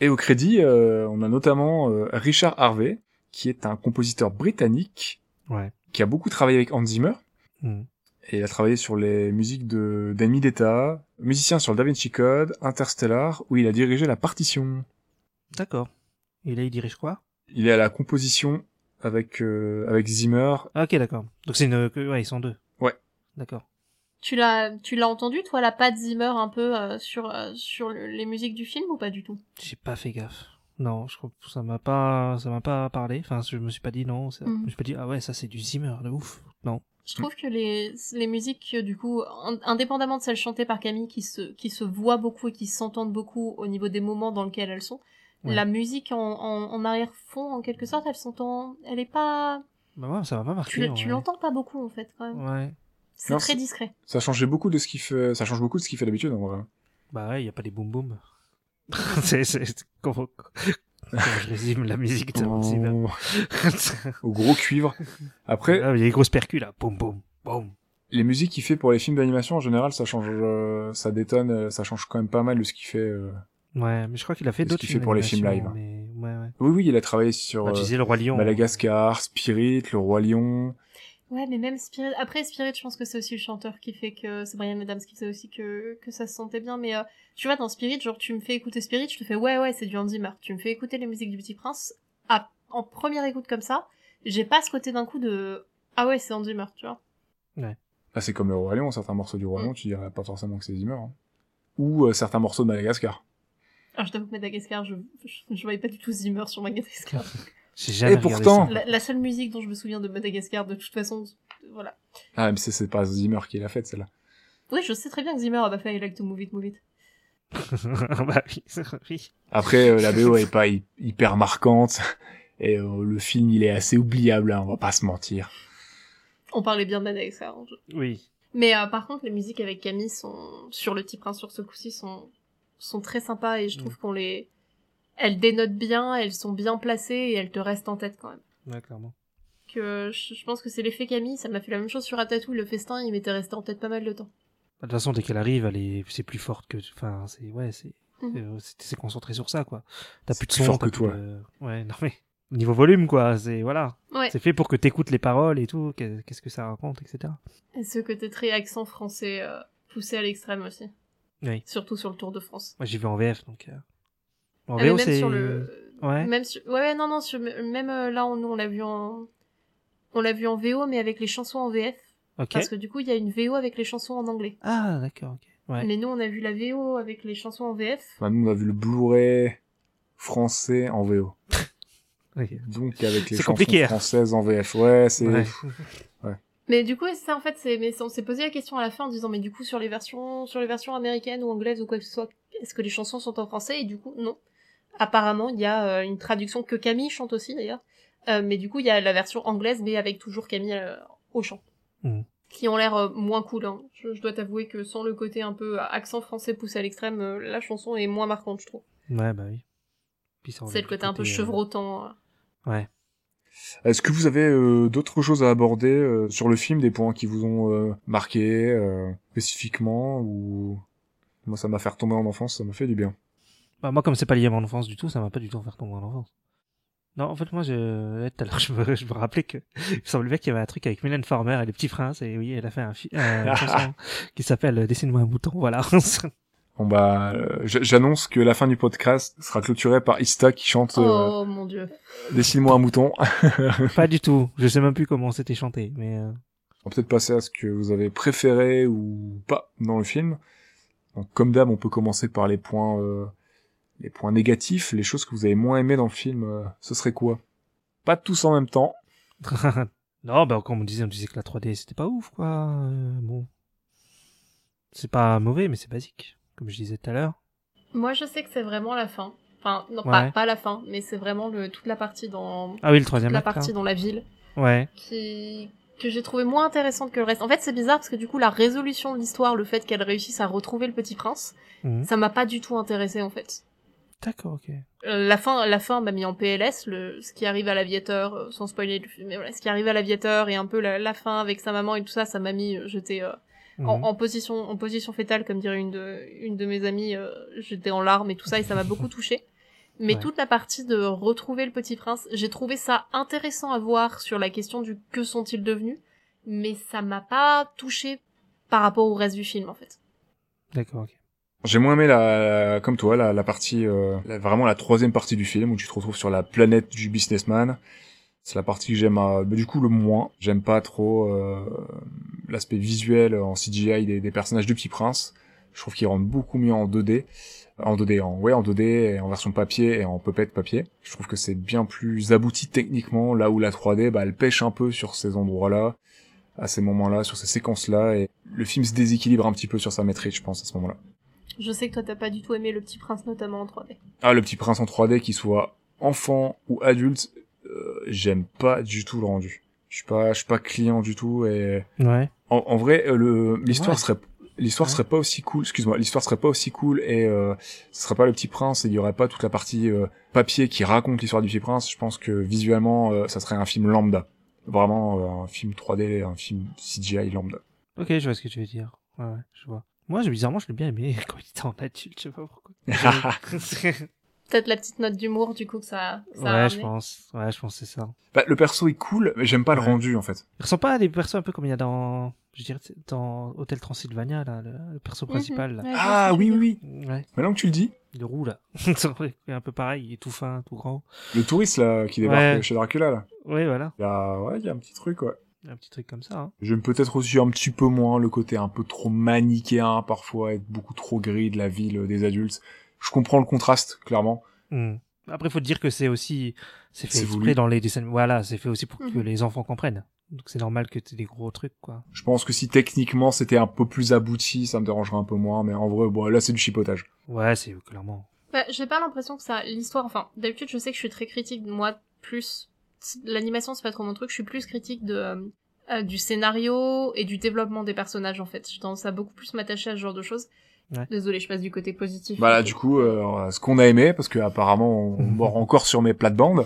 Et au crédit, euh, on a notamment euh, Richard Harvey, qui est un compositeur britannique
Ouais.
qui a beaucoup travaillé avec Hans Zimmer.
Hmm.
Et il a travaillé sur les musiques de d'Ennemis d'État, musicien sur le Da Vinci Code, Interstellar, où il a dirigé la partition.
D'accord. Et là, il dirige quoi
Il est à la composition avec euh, avec Zimmer.
Ah, ok, d'accord. Donc c'est une... que- Ouais, ils sont deux.
Ouais.
D'accord.
Tu l'as tu l'as entendu toi la patte Zimmer un peu euh, sur euh, sur le- les musiques du film ou pas du tout
J'ai pas fait gaffe. Non, je crois que ça m'a pas, ça m'a pas parlé. Enfin, je me suis pas dit non. ça-
Mhm.
Je me suis pas dit ah ouais, ça c'est du Zimmer, de ouf. Non.
Je trouve que les les musiques euh, du coup in- indépendamment de celles chantées par Camille qui se qui se voient beaucoup et qui s'entendent beaucoup au niveau des moments dans lesquels elles sont.
Ouais.
La musique en, en, en arrière-fond, en quelque sorte, elle s'entend. Elle est pas.
Bah ouais, ça m'a pas marqué.
Tu,
en
tu
vrai.
l'entends pas beaucoup en fait, quand même.
Ouais.
C'est
Non,
très
c'est-
discret.
Ça changeait beaucoup de ce qu'il fait. Ça change beaucoup de ce qu'il fait d'habitude en vrai.
Bah ouais, y a pas des boum boum. c'est, c'est, c'est- comment, comment je résume la musique de Hans Zimmer.
Au, au gros cuivre. Après,
Ah, mais Il y a des grosses percus là, boum boum boum.
les musiques qu'il fait pour les films d'animation en général, ça change, euh, ça détonne, euh, ça change quand même pas mal de ce qu'il fait. euh.
Ouais, mais je crois qu'il a fait
C'est ce
d'autres
qu'il fait pour les films
d'animation,
live.
Mais... Ouais, ouais.
Oui, oui, il a travaillé sur
Bah, tu
euh,
disais le roi lion.
Madagascar, Spirit, Le Roi Lion.
Ouais, mais même Spirit. Après, Spirit, je pense que c'est aussi le chanteur qui fait que. C'est Brian Adams qui fait aussi que, que ça se sentait bien. Mais euh, tu vois, dans Spirit, genre, tu me fais écouter Spirit, je te fais ouais, ouais, c'est du Hans Zimmer. Tu me fais écouter les musiques du Petit Prince. À... En première écoute comme ça, j'ai pas ce côté d'un coup de. Ah ouais, c'est Hans Zimmer, tu vois.
Ah, c'est comme Le Roi Lion, certains morceaux du Roi
Mm.
Lion, tu dirais pas forcément que c'est Zimmer. hein. Ou euh, certains morceaux de Madagascar.
Alors, je t'avoue que Madagascar, je... je je voyais pas du tout Zimmer sur Madagascar.
hein. J'ai jamais
Et
regardé
pourtant-
ça.
la, la seule musique dont je me souviens de Madagascar, de toute façon, voilà.
Ah, mais c'est- c'est pas Zimmer qui l'a faite, celle-là.
Oui, je sais très bien que Zimmer a pas fait I like to move it, move it.
bah oui, oui.
Après, euh, la BO est pas hy- hyper marquante. Et euh, le film, il est assez oubliable, hein, on va pas se mentir.
On parlait bien de Madagascar, hein, je-
Oui.
Mais euh, par contre, les musiques avec Camille sont sur le petit prince sur ce coup-ci sont sont très sympas et je trouve qu'on les elles dénotent bien, elles sont bien placées et elles te restent en tête quand même.
Ouais, clairement.
Que je, je pense que c'est l'effet Camille, ça m'a fait la même chose sur Ratatouille, le festin, il m'était resté en tête pas mal de temps.
Bah, De toute façon, dès qu'elle arrive, elle est, c'est plus forte que, enfin, c'est, ouais, c'est,
Mhm.
euh, c'est c'est concentré sur ça, quoi. T'as
C'est
plus de
plus
son.
fort
t'as
que
plus
toi.
de- Ouais, non mais. Niveau volume, quoi, c'est, voilà.
Ouais,
C'est fait pour que t'écoutes les paroles et tout, qu'est- qu'est-ce que ça raconte, etc.
et ce côté très accent français euh, poussé à l'extrême aussi.
Oui.
Surtout sur le Tour de France.
Moi, j'ai vu en VF, donc, euh, En
Ah, mais
VO,
même
c'est.
sur le
Ouais.
même sur... ouais, ouais, non non, sur... même euh, là on, nous, on l'a vu en on l'a vu en VO mais avec les chansons en VF.
Ok.
Parce que du coup, il y a une VO avec les chansons en anglais.
Ah, d'accord, ok. Ouais.
Mais nous, on a vu la VO avec les chansons en VF.
Maintenant, on a vu le Blu-ray français en VO.
Ok.
Donc, avec
C'est
les chansons
compliqué, hein.
françaises en VF. Ouais, c'est...
Ouais.
Mais du coup, ça, en fait, c'est, mais on s'est posé la question à la fin en disant, mais du coup, sur les versions, sur les versions américaines ou anglaises ou quoi que ce soit, est-ce que les chansons sont en français? Et du coup, non. Apparemment, il y a euh, une traduction que Camille chante aussi, d'ailleurs. Euh, mais du coup, il y a la version anglaise, mais avec toujours Camille euh, au chant.
Mhm.
Qui ont l'air euh, moins cool, hein. Je, je dois t'avouer que sans le côté un peu accent français poussé à l'extrême, euh, la chanson est moins marquante, je trouve.
Ouais, bah oui. Puis ça
C'est
enlève
le côté un peu
euh,
chevrotant. euh.
Ouais.
Est-ce que vous avez euh, d'autres choses à aborder euh, sur le film, des points qui vous ont euh, marqué euh, spécifiquement ou moi ça m'a fait retomber en enfance, ça me fait du bien.
Bah, moi, comme c'est pas lié à mon enfance du tout, ça m'a pas du tout fait tomber en enfance. Non, en fait, moi, je, là, tout à l'heure, je me, je me rappelais que, il me semblait bien qu'il y avait un truc avec Mylène Farmer euh, et les petits princes, et oui, elle a fait un, fi- euh, une chanson qui s'appelle Dessine-moi un bouton, voilà.
Bon bah, euh, j- j'annonce que la fin du podcast sera clôturée par Ista qui chante euh,
Oh mon dieu.
Dessine-moi un mouton.
Pas du tout. Je sais même plus comment c'était chanté, mais euh,
On va peut-être passer à ce que vous avez préféré ou pas dans le film. Donc, comme d'hab, on peut commencer par les points, euh, les points négatifs, les choses que vous avez moins aimées dans le film. euh, ce serait quoi Pas tous en même temps.
non, bah comme on disait, on disait que la 3D c'était pas ouf, quoi. Euh, bon, c'est pas mauvais, mais c'est basique, comme je disais tout à l'heure.
Moi, je sais que c'est vraiment la fin. Enfin, non, pas,
Ouais.
pas la fin, mais c'est vraiment le, toute la partie dans
Ah oui, le
toute
troisième
la
acte, là.
partie dans la ville
Ouais.
qui que j'ai trouvé moins intéressante que le reste. En fait, c'est bizarre parce que du coup, la résolution de l'histoire, le fait qu'elle réussisse à retrouver le petit prince,
Mhm.
ça m'a pas du tout intéressé en fait.
D'accord, ok.
Euh, la fin, la fin m'a mis en PLS. Le, ce qui arrive à l'aviateur, euh, sans spoiler le film, mais voilà, ce qui arrive à l'aviateur et un peu la, la fin avec sa maman et tout ça, ça m'a mis, euh, j'étais euh, en,
Mhm.
en position, en position fétale, comme dirait une de, une de mes amies, euh, j'étais en larmes et tout ça, et ça m'a beaucoup touchée. Mais
Ouais.
toute la partie de retrouver le petit prince, j'ai trouvé ça intéressant à voir sur la question du que sont-ils devenus, mais ça m'a pas touchée par rapport au reste du film, en fait.
D'accord, ok.
J'ai moins aimé la, la- comme toi, la, la partie, euh, la- vraiment la troisième partie du film où tu te retrouves sur la planète du businessman. C'est la partie que j'aime, euh, bah, du coup, le moins. J'aime pas trop euh, l'aspect visuel en CGI des, des personnages du Petit Prince. Je trouve qu'ils rendent beaucoup mieux en 2D, en 2D, en ouais, en 2D, et en version papier et en puppet papier. Je trouve que c'est bien plus abouti techniquement, là où la 3D, bah, elle pêche un peu sur ces endroits-là, à ces moments-là, sur ces séquences-là, et le film se déséquilibre un petit peu sur sa maîtrise, je pense, à ce moment-là.
Je sais que toi t'as pas du tout aimé Le Petit Prince, notamment en 3D.
Ah, le petit prince en 3D, qu'il soit enfant ou adulte, euh, j'aime pas du tout le rendu. Je suis pas, je suis pas client du tout et
Ouais.
en, en vrai, euh, le l'histoire
Ouais.
serait l'histoire
Ouais.
serait pas aussi cool. Excuse-moi, l'histoire serait pas aussi cool et euh, ce serait pas le petit prince et il y aurait pas toute la partie euh, papier qui raconte l'histoire du petit prince. Je pense que visuellement, euh, ça serait un film lambda, vraiment euh, un film 3D, un film CGI lambda.
Ok, je vois ce que tu veux dire. Ouais, ouais, je vois. Moi, je- bizarrement, je l'ai bien aimé quand il était en adulte, je sais pas pourquoi. ouais,
Peut-être la petite note d'humour, du coup, que ça, ça a
je
ramené.
pense. Ouais, je pense que c'est ça.
Bah, le perso est cool, mais j'aime pas le
Ouais.
rendu en fait.
Il ressemble pas à des persos un peu comme il y a dans, je dirais, c'est dans Hôtel Transylvania, là, le, le perso principal,
Mhm.
là.
Ouais, je vois ce
Ah
que tu
oui
veux
oui,
dire.
oui.
Ouais,
Maintenant que tu le dis.
il est roux, là. il est un peu pareil, il est tout fin, tout grand.
Le touriste là qui débarque
Ouais.
chez Dracula là.
Ouais, voilà.
Il y a ouais, il y a un petit truc ouais.
Un petit truc comme ça, hein.
J'aime peut-être aussi un petit peu moins le côté un peu trop manichéen parfois, être beaucoup trop gris de la ville euh, des adultes. Je comprends le contraste clairement.
Hmm. Après, faut dire que c'est aussi, c'est fait
C'est
exprès
voulu.
dans les dessins, voilà, c'est fait aussi pour que
Mhm.
les enfants comprennent. Donc c'est normal que t'aies des gros trucs, quoi.
Je pense que si techniquement c'était un peu plus abouti, ça me dérangerait un peu moins mais en vrai bon là c'est du chipotage.
Ouais, c'est clairement.
Bah, j'ai pas l'impression que ça. L'histoire, enfin, d'habitude, je sais que je suis très critique, moi, plus. L'animation, c'est pas trop mon truc, je suis plus critique de, euh, euh, du scénario et du développement des personnages, en fait. J'ai tendance à beaucoup plus m'attacher à ce genre de choses.
Ouais.
Désolée, je passe du côté positif.
Bah là du coup euh, ce qu'on a aimé parce que apparemment on mord encore sur mes plates-bandes.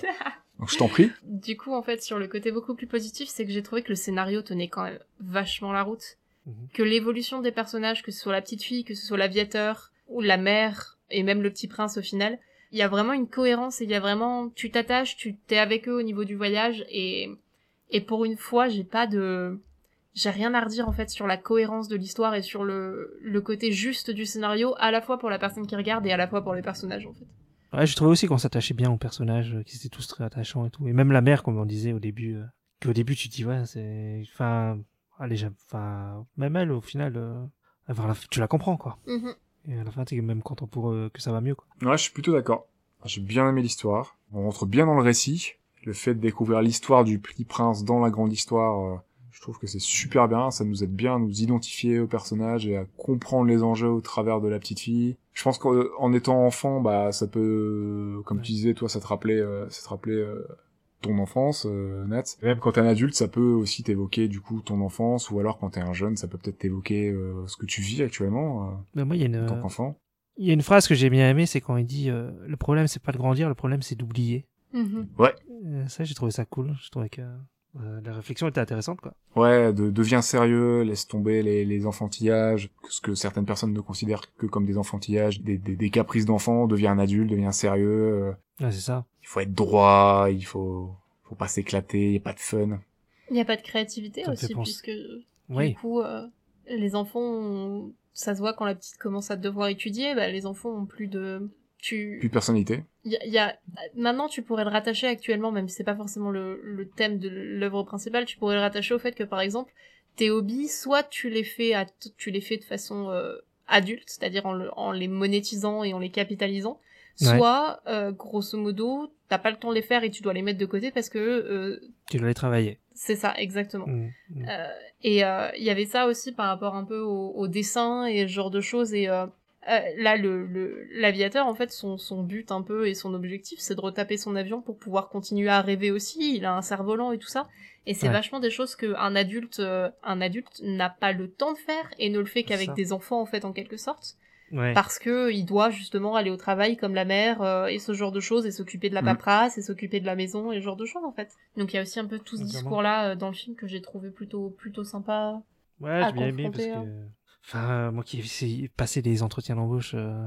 Donc je t'en prie.
Du coup, en fait, sur le côté beaucoup plus positif, c'est que j'ai trouvé que le scénario tenait quand même vachement la route.
Mhm.
Que l'évolution des personnages, que ce soit la petite fille, que ce soit l'aviateur, ou la mère, et même le petit prince au final, il y a vraiment une cohérence et il y a vraiment, tu t'attaches, tu t'es avec eux au niveau du voyage et, et pour une fois, j'ai pas de, j'ai rien à redire en fait sur la cohérence de l'histoire et sur le, le côté juste du scénario, à la fois pour la personne qui regarde et à la fois pour les personnages en fait.
Ouais, j'ai trouvé aussi qu'on s'attachait bien aux personnages, euh, qu'ils étaient tous très attachants et tout. Et même la mère, comme on disait au début, euh, qu'au début tu te dis, ouais, c'est, enfin, allez, j'aime, enfin, même elle, au final, euh, enfin, à la fin, tu la comprends, quoi.
Mhm.
Et à la fin, t'es même content pour euh, que ça va mieux, quoi.
Ouais, je suis plutôt d'accord. J'ai bien aimé l'histoire. On rentre bien dans le récit. Le fait de découvrir l'histoire du petit prince dans la grande histoire, euh, je trouve que c'est super bien. Ça nous aide bien à nous identifier au personnage et à comprendre les enjeux au travers de la petite fille. Je pense qu'en euh, en étant enfant, bah ça peut, euh, comme tu disais, toi, ça te rappelait, euh, ça te rappelait euh, ton enfance, euh, Nat. Et Même quand t'es un adulte, ça peut aussi t'évoquer du coup ton enfance, ou alors quand t'es un jeune, ça peut peut-être t'évoquer euh, ce que tu vis actuellement
Mais moi, il y a une,
euh, en tant qu'enfant.
il y a une phrase que j'ai bien aimée, c'est quand il dit, euh, le problème, c'est pas de grandir, le problème, c'est d'oublier.
Mhm.
Euh, ça, j'ai trouvé ça cool. Je trouvais que euh, la réflexion était intéressante, quoi.
Ouais, de, deviens sérieux, laisse tomber les, les enfantillages, ce que certaines personnes ne considèrent que comme des enfantillages, des, des, des caprices d'enfant, deviens un adulte, deviens sérieux, euh,
Ouais, c'est ça.
il faut être droit, il faut, faut pas s'éclater, y a pas de fun.
Il n'y a pas de créativité
Ça me fait
aussi,
penser-
puisque
Oui.
Du coup, euh, les enfants ont ça se voit quand la petite commence à devoir étudier, bah, les enfants ont plus de...
Plus
Tu...
de personnalité.
Y a, y a- Maintenant, tu pourrais le rattacher actuellement, même si c'est pas forcément le, le thème de l'œuvre principale, tu pourrais le rattacher au fait que, par exemple, tes hobbies, soit tu les fais, à... tu les fais de façon euh, adulte, c'est-à-dire en, le- en les monétisant et en les capitalisant,
Ouais.
soit, euh, grosso modo, t'as pas le temps de les faire et tu dois les mettre de côté parce que... euh,
Tu dois les travailler.
c'est ça, exactement.
Mm, mm.
Et euh, il y avait ça aussi par rapport un peu au, au dessin et ce genre de choses. Et euh, euh, là, le- le- l'aviateur, en fait, son, son but un peu et son objectif, c'est de retaper son avion pour pouvoir continuer à rêver aussi. Il a un cerf-volant et tout ça. Et c'est
Ouais.
vachement des choses qu'un adulte euh, un adulte n'a pas le temps de faire et ne le
C'est
fait
ça.
qu'avec des enfants, en fait, en quelque sorte.
Ouais.
Parce que il doit justement aller au travail comme la mère euh, et ce genre de choses et s'occuper de la
Mm.
Mhm.
paperasse et s'occuper de la maison et ce genre de choses, en fait. Donc il y a aussi un peu tout ce
Clairement.
discours-là euh, dans le film que j'ai trouvé plutôt, plutôt sympa.
Ouais,
à
j'ai bien aimé parce
confronter, hein.
que. Enfin, euh, moi qui ai essayé- passé des entretiens d'embauche, euh,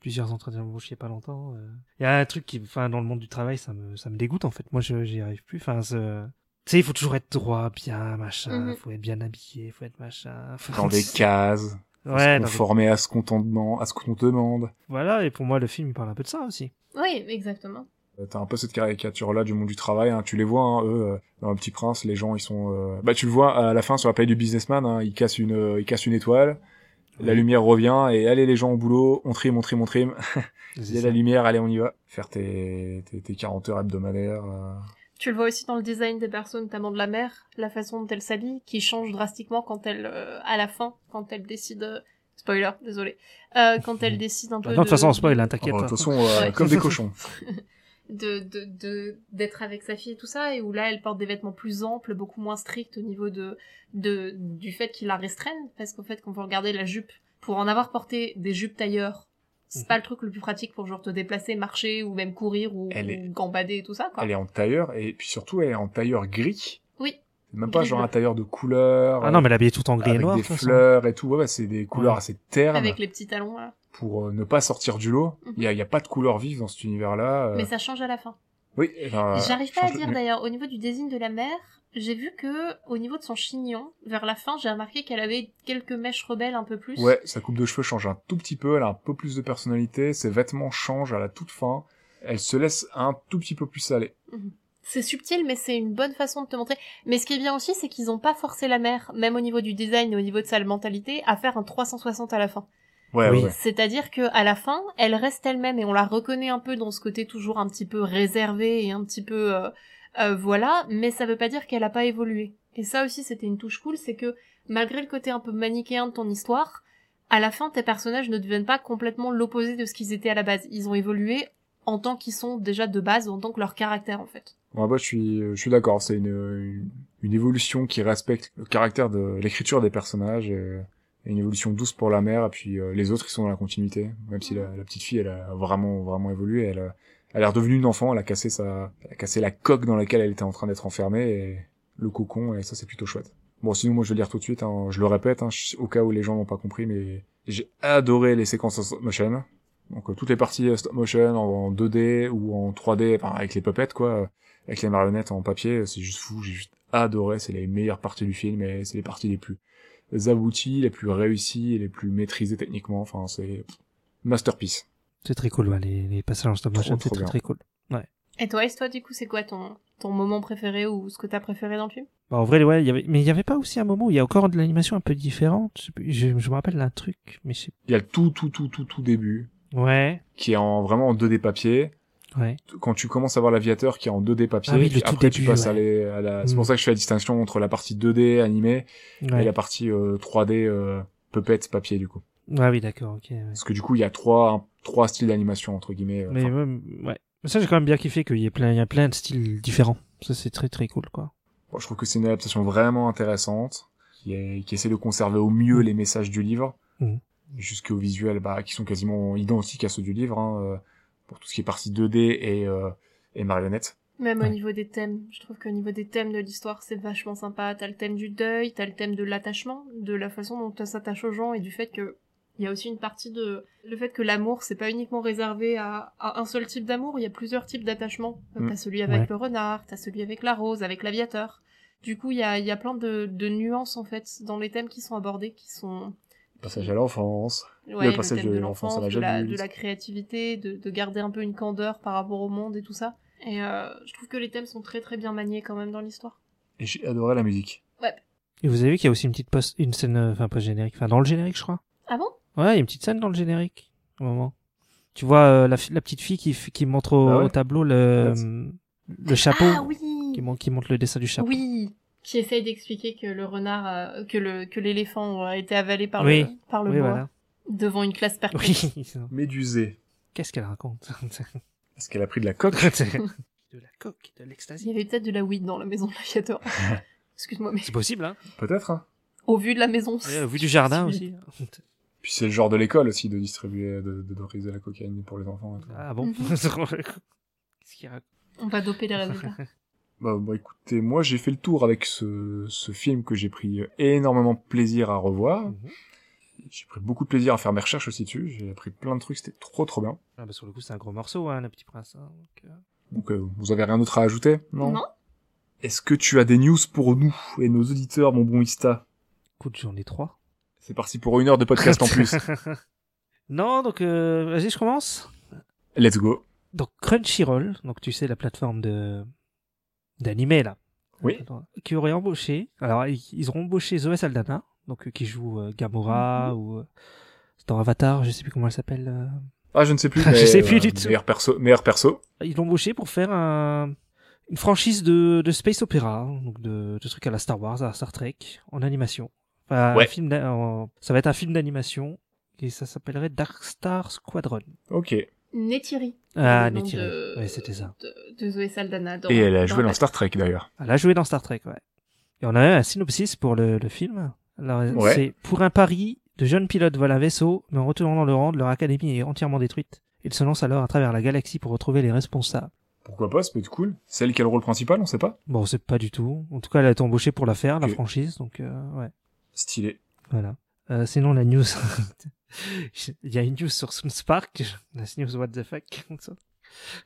plusieurs entretiens d'embauche il y a pas longtemps, euh, il y a un truc qui, enfin, dans le monde du travail, ça me, ça me dégoûte en fait. Moi, je, j'y arrive plus. Enfin, ce- tu sais, il faut toujours être droit, bien, machin,
Mhm.
faut être bien habillé, faut être machin. faut-
Dans des cases. faut
Ouais,
se
dans des-
conformer à ce qu'on t'en demande, à ce qu'on te demande.
voilà, et pour moi, le film, il parle un peu de ça aussi.
Oui, exactement.
Euh, T'as un peu cette caricature-là du monde du travail. hein. Tu les vois, hein, eux, euh, dans Un Petit Prince, les gens, ils sont... euh, Bah, tu le vois, à la fin, sur la paille du businessman, hein, ils, cassent une, euh, ils cassent une étoile, la lumière revient, et allez les gens au boulot, on trime, on trime, on trime. Il y a la lumière, allez, on y va. Faire tes, tes, tes 40 heures hebdomadaires. euh.
Tu le vois aussi dans le design des personnes, notamment de la mère, la façon dont elle s'habille, qui change drastiquement quand elle, euh, à la fin, quand elle décide. euh, Spoiler, désolé. Euh, quand elle décide un peu.
Bah non, de toute façon, on spoil, hein,
Ah, bah,
t'inquiète
De
pas.
toute façon, euh,
Ouais.
comme des cochons.
de de- de- d'être avec sa fille et tout ça et où là elle porte des vêtements plus amples beaucoup moins stricts au niveau de de du fait qu'il la restreignent parce qu'en fait quand vous regardez la jupe pour en avoir porté des jupes tailleurs c'est
Mhm.
pas le truc le plus pratique pour genre te déplacer marcher ou même courir ou,
Elle est-
ou gambader et tout ça quoi
Ah.
Elle est en tailleur, et puis surtout, elle est en tailleur gris.
Oui.
C'est même pas
Gris
genre
bleu.
un tailleur de couleur. euh,
Ah non, mais elle est habillée tout en gris et
avec
noir.
des
de toute façon.
fleurs et tout. Ouais, ouais, c'est des couleurs
Ouais.
assez ternes.
avec les petits talons là.
pour euh, ne pas sortir du lot.
Mhm.
Il n'y a, il y a pas de couleur vive dans cet univers-là. euh.
mais ça change à la fin
Oui, enfin, euh,
J'arrive pas à
change-
dire d'ailleurs, au niveau du design de la mère, j'ai vu que, au niveau de son chignon, vers la fin, j'ai remarqué qu'elle avait quelques mèches rebelles un peu plus.
Ouais, sa coupe de cheveux change un tout petit peu, elle a un peu plus de personnalité, ses vêtements changent à la toute fin, elle se laisse un tout petit peu plus saler.
C'est subtil, mais c'est une bonne façon de te montrer. Mais ce qui est bien aussi, c'est qu'ils ont pas forcé la mère, même au niveau du design et au niveau de sa mentalité, à faire un 360 à la fin.
Ouais,
Oui.
ouais.
C'est-à-dire que à la fin, elle reste elle-même et on la reconnaît un peu dans ce côté toujours un petit peu réservé et un petit peu euh, euh, voilà, mais ça veut pas dire qu'elle a pas évolué. Et ça aussi, c'était une touche cool, c'est que malgré le côté un peu manichéen de ton histoire, à la fin, tes personnages ne deviennent pas complètement l'opposé de ce qu'ils étaient à la base. Ils ont évolué en tant qu'ils sont déjà de base, en tant que leur caractère en fait.
Ouais, bah, je suis, je suis d'accord, c'est une, une, une évolution qui respecte le caractère de l'écriture des personnages, euh, et une évolution douce pour la mère, et puis euh, les autres, ils sont dans la continuité, même si la, la petite fille, elle a vraiment, vraiment évolué, elle, a- elle est redevenue une enfant, elle a cassé sa, elle a cassé la coque dans laquelle elle était en train d'être enfermée, et le cocon, et ça, c'est plutôt chouette. Bon, sinon, moi, je vais le dire tout de suite, hein, je le répète, hein, je- au cas où les gens n'ont pas compris, mais j'ai adoré les séquences en stop motion. Donc, euh, toutes les parties euh, stop motion en, en 2D ou en 3D, enfin, avec les puppets, quoi avec les marionnettes en papier, c'est juste fou, j'ai juste adoré, c'est les meilleures parties du film et c'est les parties les plus abouties, les plus réussies et les plus maîtrisées techniquement, enfin c'est pff, masterpiece.
C'est très cool, ouais, les, les passages en stop
Trop,
motion,
trop
c'est très
bien.
très cool.
Et toi, est-ce toi du coup, c'est quoi ton ton moment préféré ou ce que t'as préféré dans le film
Bah, en vrai, ouais, il y avait... mais il y avait pas aussi un moment où il y a encore de l'animation un peu différente. Je, sais plus, je- je me rappelle d'un truc, mais je sais
Il y a le tout tout tout tout tout début
Ouais,
qui est en vraiment en 2D papier.
ouais.
Quand tu commences à voir l'aviateur qui est en 2D papier,
Ah oui, le
puis
tout
après tu
début,
passes à,
ouais.
les- à la... C'est
Mm.
pour ça que je fais la distinction entre la partie 2D animée et
ouais.
la partie euh, 3D euh, puppet papier du coup.
Ah oui, d'accord, ok. ouais.
Parce que du coup il y a trois trois styles d'animation entre guillemets. euh,
Mais
enfin,
ouais, ouais. Mais ça, j'ai quand même bien kiffé qu'il y ait plein, il y a plein de styles différents. Ça, c'est très très cool, quoi.
Bon, je trouve que c'est une adaptation vraiment intéressante, qui, est- qui essaie de conserver au mieux les messages du livre,
Mhm.
jusqu'aux visuels bah, qui sont quasiment identiques à ceux du livre, hein, euh, pour tout ce qui est partie 2D et, euh, et marionnette.
Même
Ouais.
au niveau des thèmes, je trouve qu'au niveau des thèmes de l'histoire, c'est vachement sympa. T'as le thème du deuil, t'as le thème de l'attachement, de la façon dont ça s'attache aux gens et du fait que il y a aussi une partie de le fait que l'amour, c'est pas uniquement réservé à, à un seul type d'amour. Il y a plusieurs types d'attachements. Euh,
Mm.
T'as celui avec
Ouais.
le renard, t'as celui avec la rose, avec l'aviateur. Du coup, il y a, il y a plein de, de nuances en fait dans les thèmes qui sont abordés, qui sont
passage à l'enfance.
Ouais,
le passage
thème
de l'enfance à l'âge
de la,
adulte.
de la créativité, de, de garder un peu une candeur par rapport au monde et tout ça. Et euh, je trouve que les thèmes sont très très bien maniés quand même dans l'histoire.
Et j'ai adoré la musique.
Et vous avez vu qu'il y a aussi une petite post, une scène, euh, enfin pas générique, enfin dans le générique, je crois.
Ah bon
Ouais, il y a une petite scène dans le générique, au moment. Tu vois euh, la, fi- la petite fille qui, f- qui montre au,
Ah ouais
au tableau le, le chapeau,
Ah
qui,
oui
mon- qui montre le dessin du chapeau.
Oui Qui essaye d'expliquer que le renard, euh, que le que l'éléphant euh, a été avalé par
Oui.
le, par le
Oui,
bois
voilà.
devant une classe perpétuelle.
Oui.
Médusée.
Qu'est-ce qu'elle raconte
Est-ce qu'elle a pris de la coque
De la coque, de
Il y
l'extasie.
avait peut-être de la weed dans la maison de l'aviateur. Excuse-moi, mais
C'est possible, hein
Peut-être, hein.
au vu de la maison,
Ouais, Au vu du jardin
c'est-
aussi. hein.
Puis c'est le genre de l'école aussi de distribuer, de, de d'autoriser la cocaïne pour les enfants. et tout.
Ah bon
Mhm.
Qu'est-ce qu'il raconte
on va doper les résultats.
Bah, bah, écoutez, moi j'ai fait le tour avec ce, ce film que j'ai pris énormément de plaisir à revoir.
Mhm.
J'ai pris beaucoup de plaisir à faire mes recherches aussi dessus. J'ai appris plein de trucs, c'était trop trop bien.
Ah bah, Sur le coup, c'est un gros morceau, hein, le petit prince. hein, donc, euh.
Donc euh, vous avez rien d'autre à ajouter
Non.
Est-ce que tu as des news pour nous et nos auditeurs, mon bon Ista
Écoute, j'en ai trois.
C'est parti pour une heure de podcast en plus.
Non, donc, euh, vas-y, je commence.
Let's go.
Donc, Crunchyroll, donc tu sais, la plateforme de d'animé, là.
Oui.
Attends, Qui aurait embauché. Alors, ils ils auront embauché Zoé Saldana, donc euh, qui joue euh, Gamora ou. euh, c'est dans Avatar, je sais plus comment elle s'appelle. euh,
Ah je ne sais plus.
Je
mais,
sais plus du tout.
Meilleur perso, meilleur perso.
ils l'ont embauché pour faire un, une franchise de, de space opéra, hein, donc de, de trucs à la Star Wars, à la Star Trek, en animation. Enfin, un
Ouais.
film d'a- en- ça va être un film d'animation et ça s'appellerait Dark Star Squadron.
Ok. Et
Netiri.
Ah,
Le nom
Netiri.
de-
Ouais, c'était ça.
De, de Zoé Saldana. dans-
elle a joué
la-
dans Star Trek d'ailleurs.
Elle a joué dans Star Trek, ouais. Et on a un synopsis pour le, le film. Alors,
Ouais.
c'est pour un pari, de jeunes pilotes volent un vaisseau, mais en retournant dans le rang, leur académie est entièrement détruite. Ils se lancent alors à travers la galaxie pour retrouver les responsables.
Pourquoi pas, ça peut être cool. C'est elle qui a le rôle principal, on sait pas.
Bon, c'est pas du tout. En tout cas, elle a été embauchée pour la faire, la
Ok.
franchise, donc euh, ouais.
Stylé.
Voilà. Euh, sinon, la news. Il y a une news sur South Park. La news What the fuck.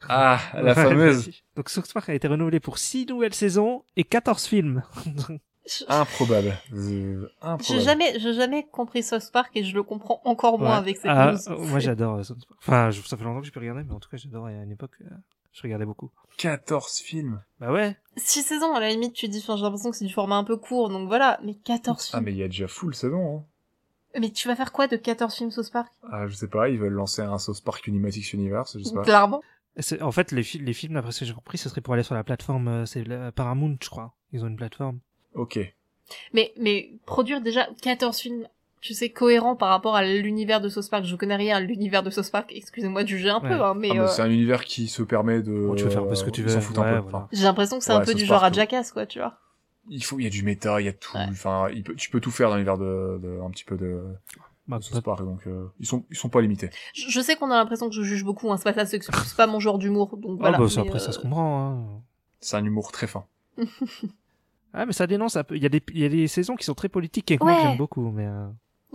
Ah, la fameuse.
Donc, South Park a été renouvelé pour 6 nouvelles saisons et 14 films.
Je-
Improbable. Euh,
J'ai
improbable.
jamais, j'ai jamais compris South Park et je le comprends encore moins
Ouais.
avec cette
Ah,
news.
euh, Moi, j'adore euh, South Park. Enfin, je- ça fait longtemps que j'ai plus regardé, mais en tout cas, j'adore. À une époque, euh, je regardais beaucoup.
14 films.
Bah ouais.
Six saisons, à la limite, tu dis, enfin, j'ai l'impression que c'est du format un peu court, donc voilà, mais 14
Ah,
films.
mais il y a déjà full saison,
mais... tu vas faire quoi de 14 films South Park
hein. Ah, je sais pas, ils veulent lancer un Sauce Park Unimatic Universe, je sais pas.
Clairement.
C'est- En fait, les, fil- les films, d'après ce que j'ai compris, ce serait pour aller sur la plateforme. euh, C'est la- Paramount, je crois. Ils ont une plateforme.
Ok.
Mais, mais produire déjà 14 films, tu sais, cohérent par rapport à l'univers de South Park. Je connais rien à l'univers de South Park, excusez-moi de juger un
Ouais.
peu, hein, mais
Ah, mais
euh,
c'est un univers qui se permet de. euh,
Bon, tu veux faire un peu ce que tu
ils
veux,
s'en foutent
ouais,
un peu.
voilà.
Enfin,
j'ai l'impression que c'est
Ouais,
un peu
South
du genre
Park,
à Jackass, quoi, tu vois.
il faut, il y a du méta, il y a tout.
Ouais.
Enfin, il peut- tu peux tout faire dans l'univers de, de- un petit peu de,
Bah,
de South Park, donc euh, ils sont, ils sont pas limités.
Je, je sais qu'on a l'impression que je juge beaucoup, hein, c'est pas ça, c'est que c'est pas mon genre d'humour, donc
ah,
voilà.
bah, ça,
mais,
après, ça
euh,
se comprend. Hein.
C'est un humour très fin.
Ah, mais ça dénonce un peu. Il y a des, il y a des saisons qui sont très politiques et que moi,
Ouais.
j'aime beaucoup, mais euh,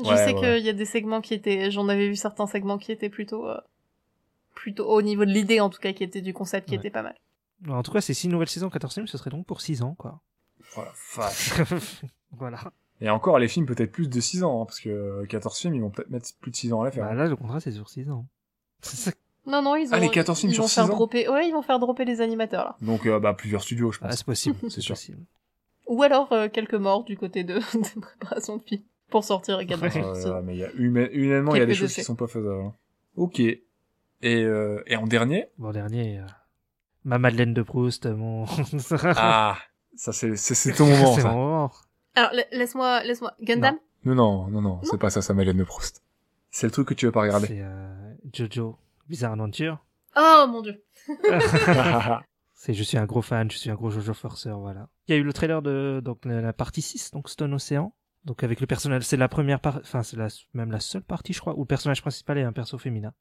Je
Ouais,
sais
ouais.
qu'il y a des segments qui étaient, j'en avais vu certains segments qui étaient plutôt, euh, plutôt au niveau de l'idée en tout cas, qui était du concept, qui
Ouais.
était pas mal.
Bah, en tout cas, ces 6 nouvelles saisons, 14 films, ce serait donc pour 6 ans, quoi.
Voilà, vache.
voilà.
Et encore, les films peut-être plus de 6 ans, hein, parce que euh, 14 films, ils vont peut-être mettre plus de 6 ans à la faire.
Bah, là, le contrat, c'est sur 6 ans.
Non, non, ils ont,
Ah, les 14 films
ils
sur
vont
six
faire
ans
dropper, ouais, ils vont faire dropper les animateurs là.
Donc, euh, bah, plusieurs studios, je
Ah,
pense.
c'est possible,
C'est
c'est
sûr.
possible.
Ou alors euh, quelques morts du côté de, de préparation de films pour sortir les 14
Euh,
films. sur six.
mais il y a, humain- humainement, il y a des
Quelques
choses qui
effets.
sont pas faisables. hein. Ok. Et, euh, et en dernier
Bon, dernier. euh, Ma Madeleine de Proust, euh, mon.
Ah Ça, c'est c'est- c'est ton moment,
c'est
ça.
mon moment.
Alors la- laisse-moi, laisse-moi, Gundam.
Non, non, non, non, c'est pas ça, ça Madeleine de Proust. C'est le truc que tu veux pas regarder.
C'est euh, Jojo, Bizarre Adventure.
Oh mon dieu.
C'est je suis un gros fan, je suis un gros Jojo Forcer, voilà. Il y a eu le trailer de donc la, la partie 6, donc Stone Ocean. Donc avec le personnage, c'est la première par- enfin c'est la même la seule partie je crois où le personnage principal est un perso féminin.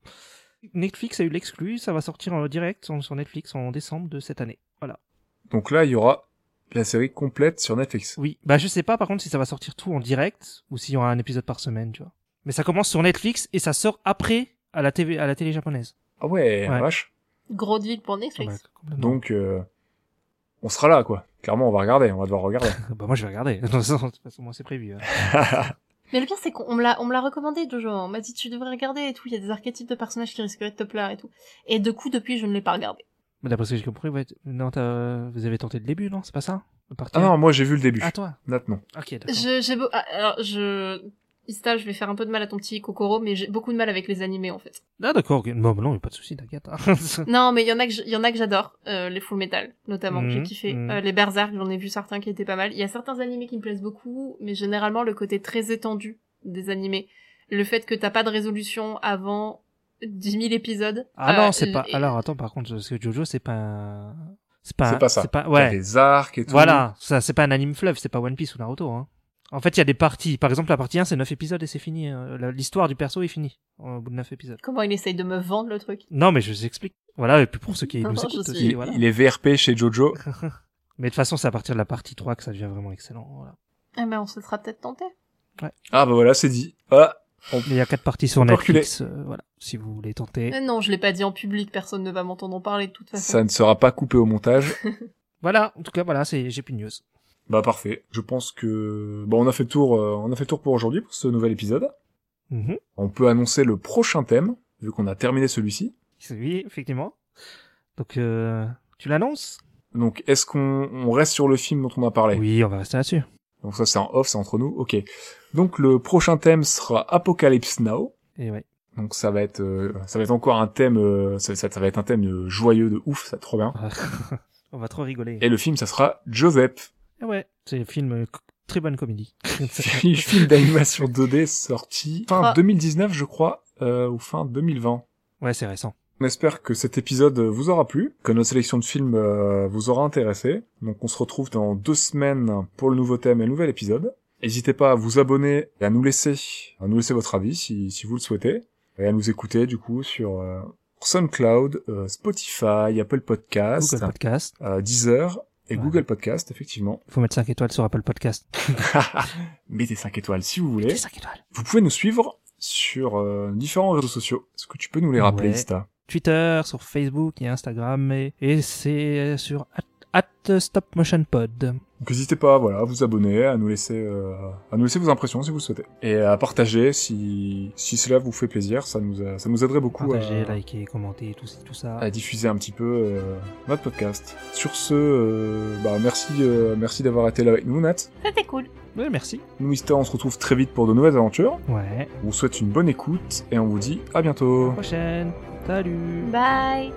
Netflix a eu l'exclu, ça va sortir en direct sur, sur Netflix en décembre de cette année. Voilà.
Donc là, il y aura la série complète sur Netflix.
Oui, bah je sais pas par contre si ça va sortir tout en direct ou s'il y aura un épisode par semaine, tu vois. Mais ça commence sur Netflix et ça sort après à la TV à la télé japonaise.
Ah ouais,
Ouais.
vache.
Gros deal pour
Ah bah,
Netflix.
complètement.
Donc, euh, on sera là, quoi. Clairement, on va regarder, on va devoir regarder.
bah moi je vais regarder. De toute façon, moi c'est prévu. hein.
Mais le pire, c'est qu'on me l'a, on me l'a recommandé, Jojo. On m'a dit, tu devrais regarder et tout. Il y a des archétypes de personnages qui risqueraient de te plaire et tout. Et de coup, depuis, je ne l'ai pas regardé.
Mais d'après ce que j'ai compris, ouais, t- non, t'as- vous avez tenté le début, non C'est pas ça Le parti-
Ah non, moi j'ai vu le début.
Ah, toi
Nat, non.
Ok, d'accord.
Je, j'ai beau, ah, alors, je, Ista, je vais faire un peu de mal à ton petit Kokoro, mais j'ai beaucoup de mal avec les animés, en fait.
Ah, d'accord, ok. Non, mais non, y a pas de souci, t'inquiète. hein.
Non, mais il y en a que, je- il y en a que j'adore. Euh, les Full Metal, notamment, que j'ai
Mhm,
kiffé.
mhm.
Euh, les Berserk, j'en ai vu certains qui étaient pas mal. Il y a certains animés qui me plaisent beaucoup, mais généralement, le côté très étendu des animés. Le fait que t'as pas de résolution avant 10 000 épisodes.
ah
euh,
non, c'est pas.
et-
Alors, attends, par contre, parce que Jojo, c'est pas un. C'est pas,
C'est
un-
pas ça.
C'est pas...
T'as
Ouais.
les arcs et tout.
Voilà, ça c'est pas un anime fleuve, c'est pas One Piece ou Naruto. Hein. En fait, il y a des parties. Par exemple, la partie 1, c'est 9 épisodes et c'est fini. hein. La- L'histoire du perso est finie au bout de 9 épisodes.
Comment il essaye de me vendre le truc
Non, mais je vous explique. Voilà, et puis pour ceux qui
Non,
nous
je
écoutent
sais.
aussi,
Il,
voilà.
il est VRP chez Jojo.
Mais de toute façon, c'est à partir de la partie 3 que ça devient vraiment excellent. Voilà.
Eh ben, on se sera peut-être tenté.
Ah bah voilà, c'est dit. Ah,
Mais il y a quatre parties sur
Faut pas
Netflix, euh, voilà, si vous voulez tenter.
Mais Euh, non, je l'ai pas dit en public, personne ne va m'entendre en parler de toute façon.
ça ne sera pas coupé au montage.
Voilà, en tout cas, voilà, c'est j'ai plus de news.
bah parfait. Je pense que bon, on a fait le tour. euh, on a fait le tour pour aujourd'hui pour ce nouvel épisode.
Mhm.
On peut annoncer le prochain thème vu qu'on a terminé celui-ci.
Oui, effectivement. Donc, euh, tu l'annonces
Donc est-ce qu'on on reste sur le film dont on a parlé
Oui, on va rester là-dessus.
Donc ça c'est en off, c'est entre nous. Ok. Donc le prochain thème sera Apocalypse Now.
Et ouais.
Donc ça va être euh, ça va être encore un thème euh, ça, ça- ça va être un thème euh, joyeux de ouf, ça trop bien.
on va trop rigoler.
Et le film ça sera Joseph.
Ah ouais, c'est un film euh, co- très bonne comédie.
Film film d'animation 2D sorti fin
Ah.
2019 je crois euh, ou fin 2020.
ouais, c'est récent.
On espère que cet épisode vous aura plu, que notre sélection de films euh, vous aura intéressé. Donc on se retrouve dans deux semaines pour le nouveau thème et le nouvel épisode. N'hésitez pas à vous abonner et à nous laisser, à nous laisser votre avis si, si vous le souhaitez, et à nous écouter du coup sur euh, SoundCloud, euh, Spotify, Apple Podcast,
Google Podcast.
euh, Deezer et
Ouais.
Google Podcast effectivement.
Faut mettre 5 étoiles sur Apple Podcast.
Mettez 5 étoiles si vous voulez.
Mettez 5 étoiles.
Vous pouvez nous suivre sur euh, différents réseaux sociaux. Est-ce que tu peux nous les rappeler,
Ouais.
Ista
Twitter, sur Facebook et Instagram. Et, et c'est euh, sur at, at StopMotionPod.
Donc n'hésitez pas, voilà, à vous abonner, à nous laisser, euh, à nous laisser vos impressions si vous le souhaitez, et à partager si si cela vous fait plaisir, ça nous a- ça nous aiderait beaucoup
Partagez,
à,
likez, commentez, tout, tout ça.
à diffuser un petit peu euh, notre podcast. Sur ce, euh, bah merci euh, merci d'avoir été là avec nous, Nat.
C'était cool.
Ouais, merci.
Nous Ista, on se retrouve très vite pour de nouvelles aventures.
Ouais.
On vous souhaite une bonne écoute et on vous dit à
À
bientôt.
la prochaine. Salut.
Bye.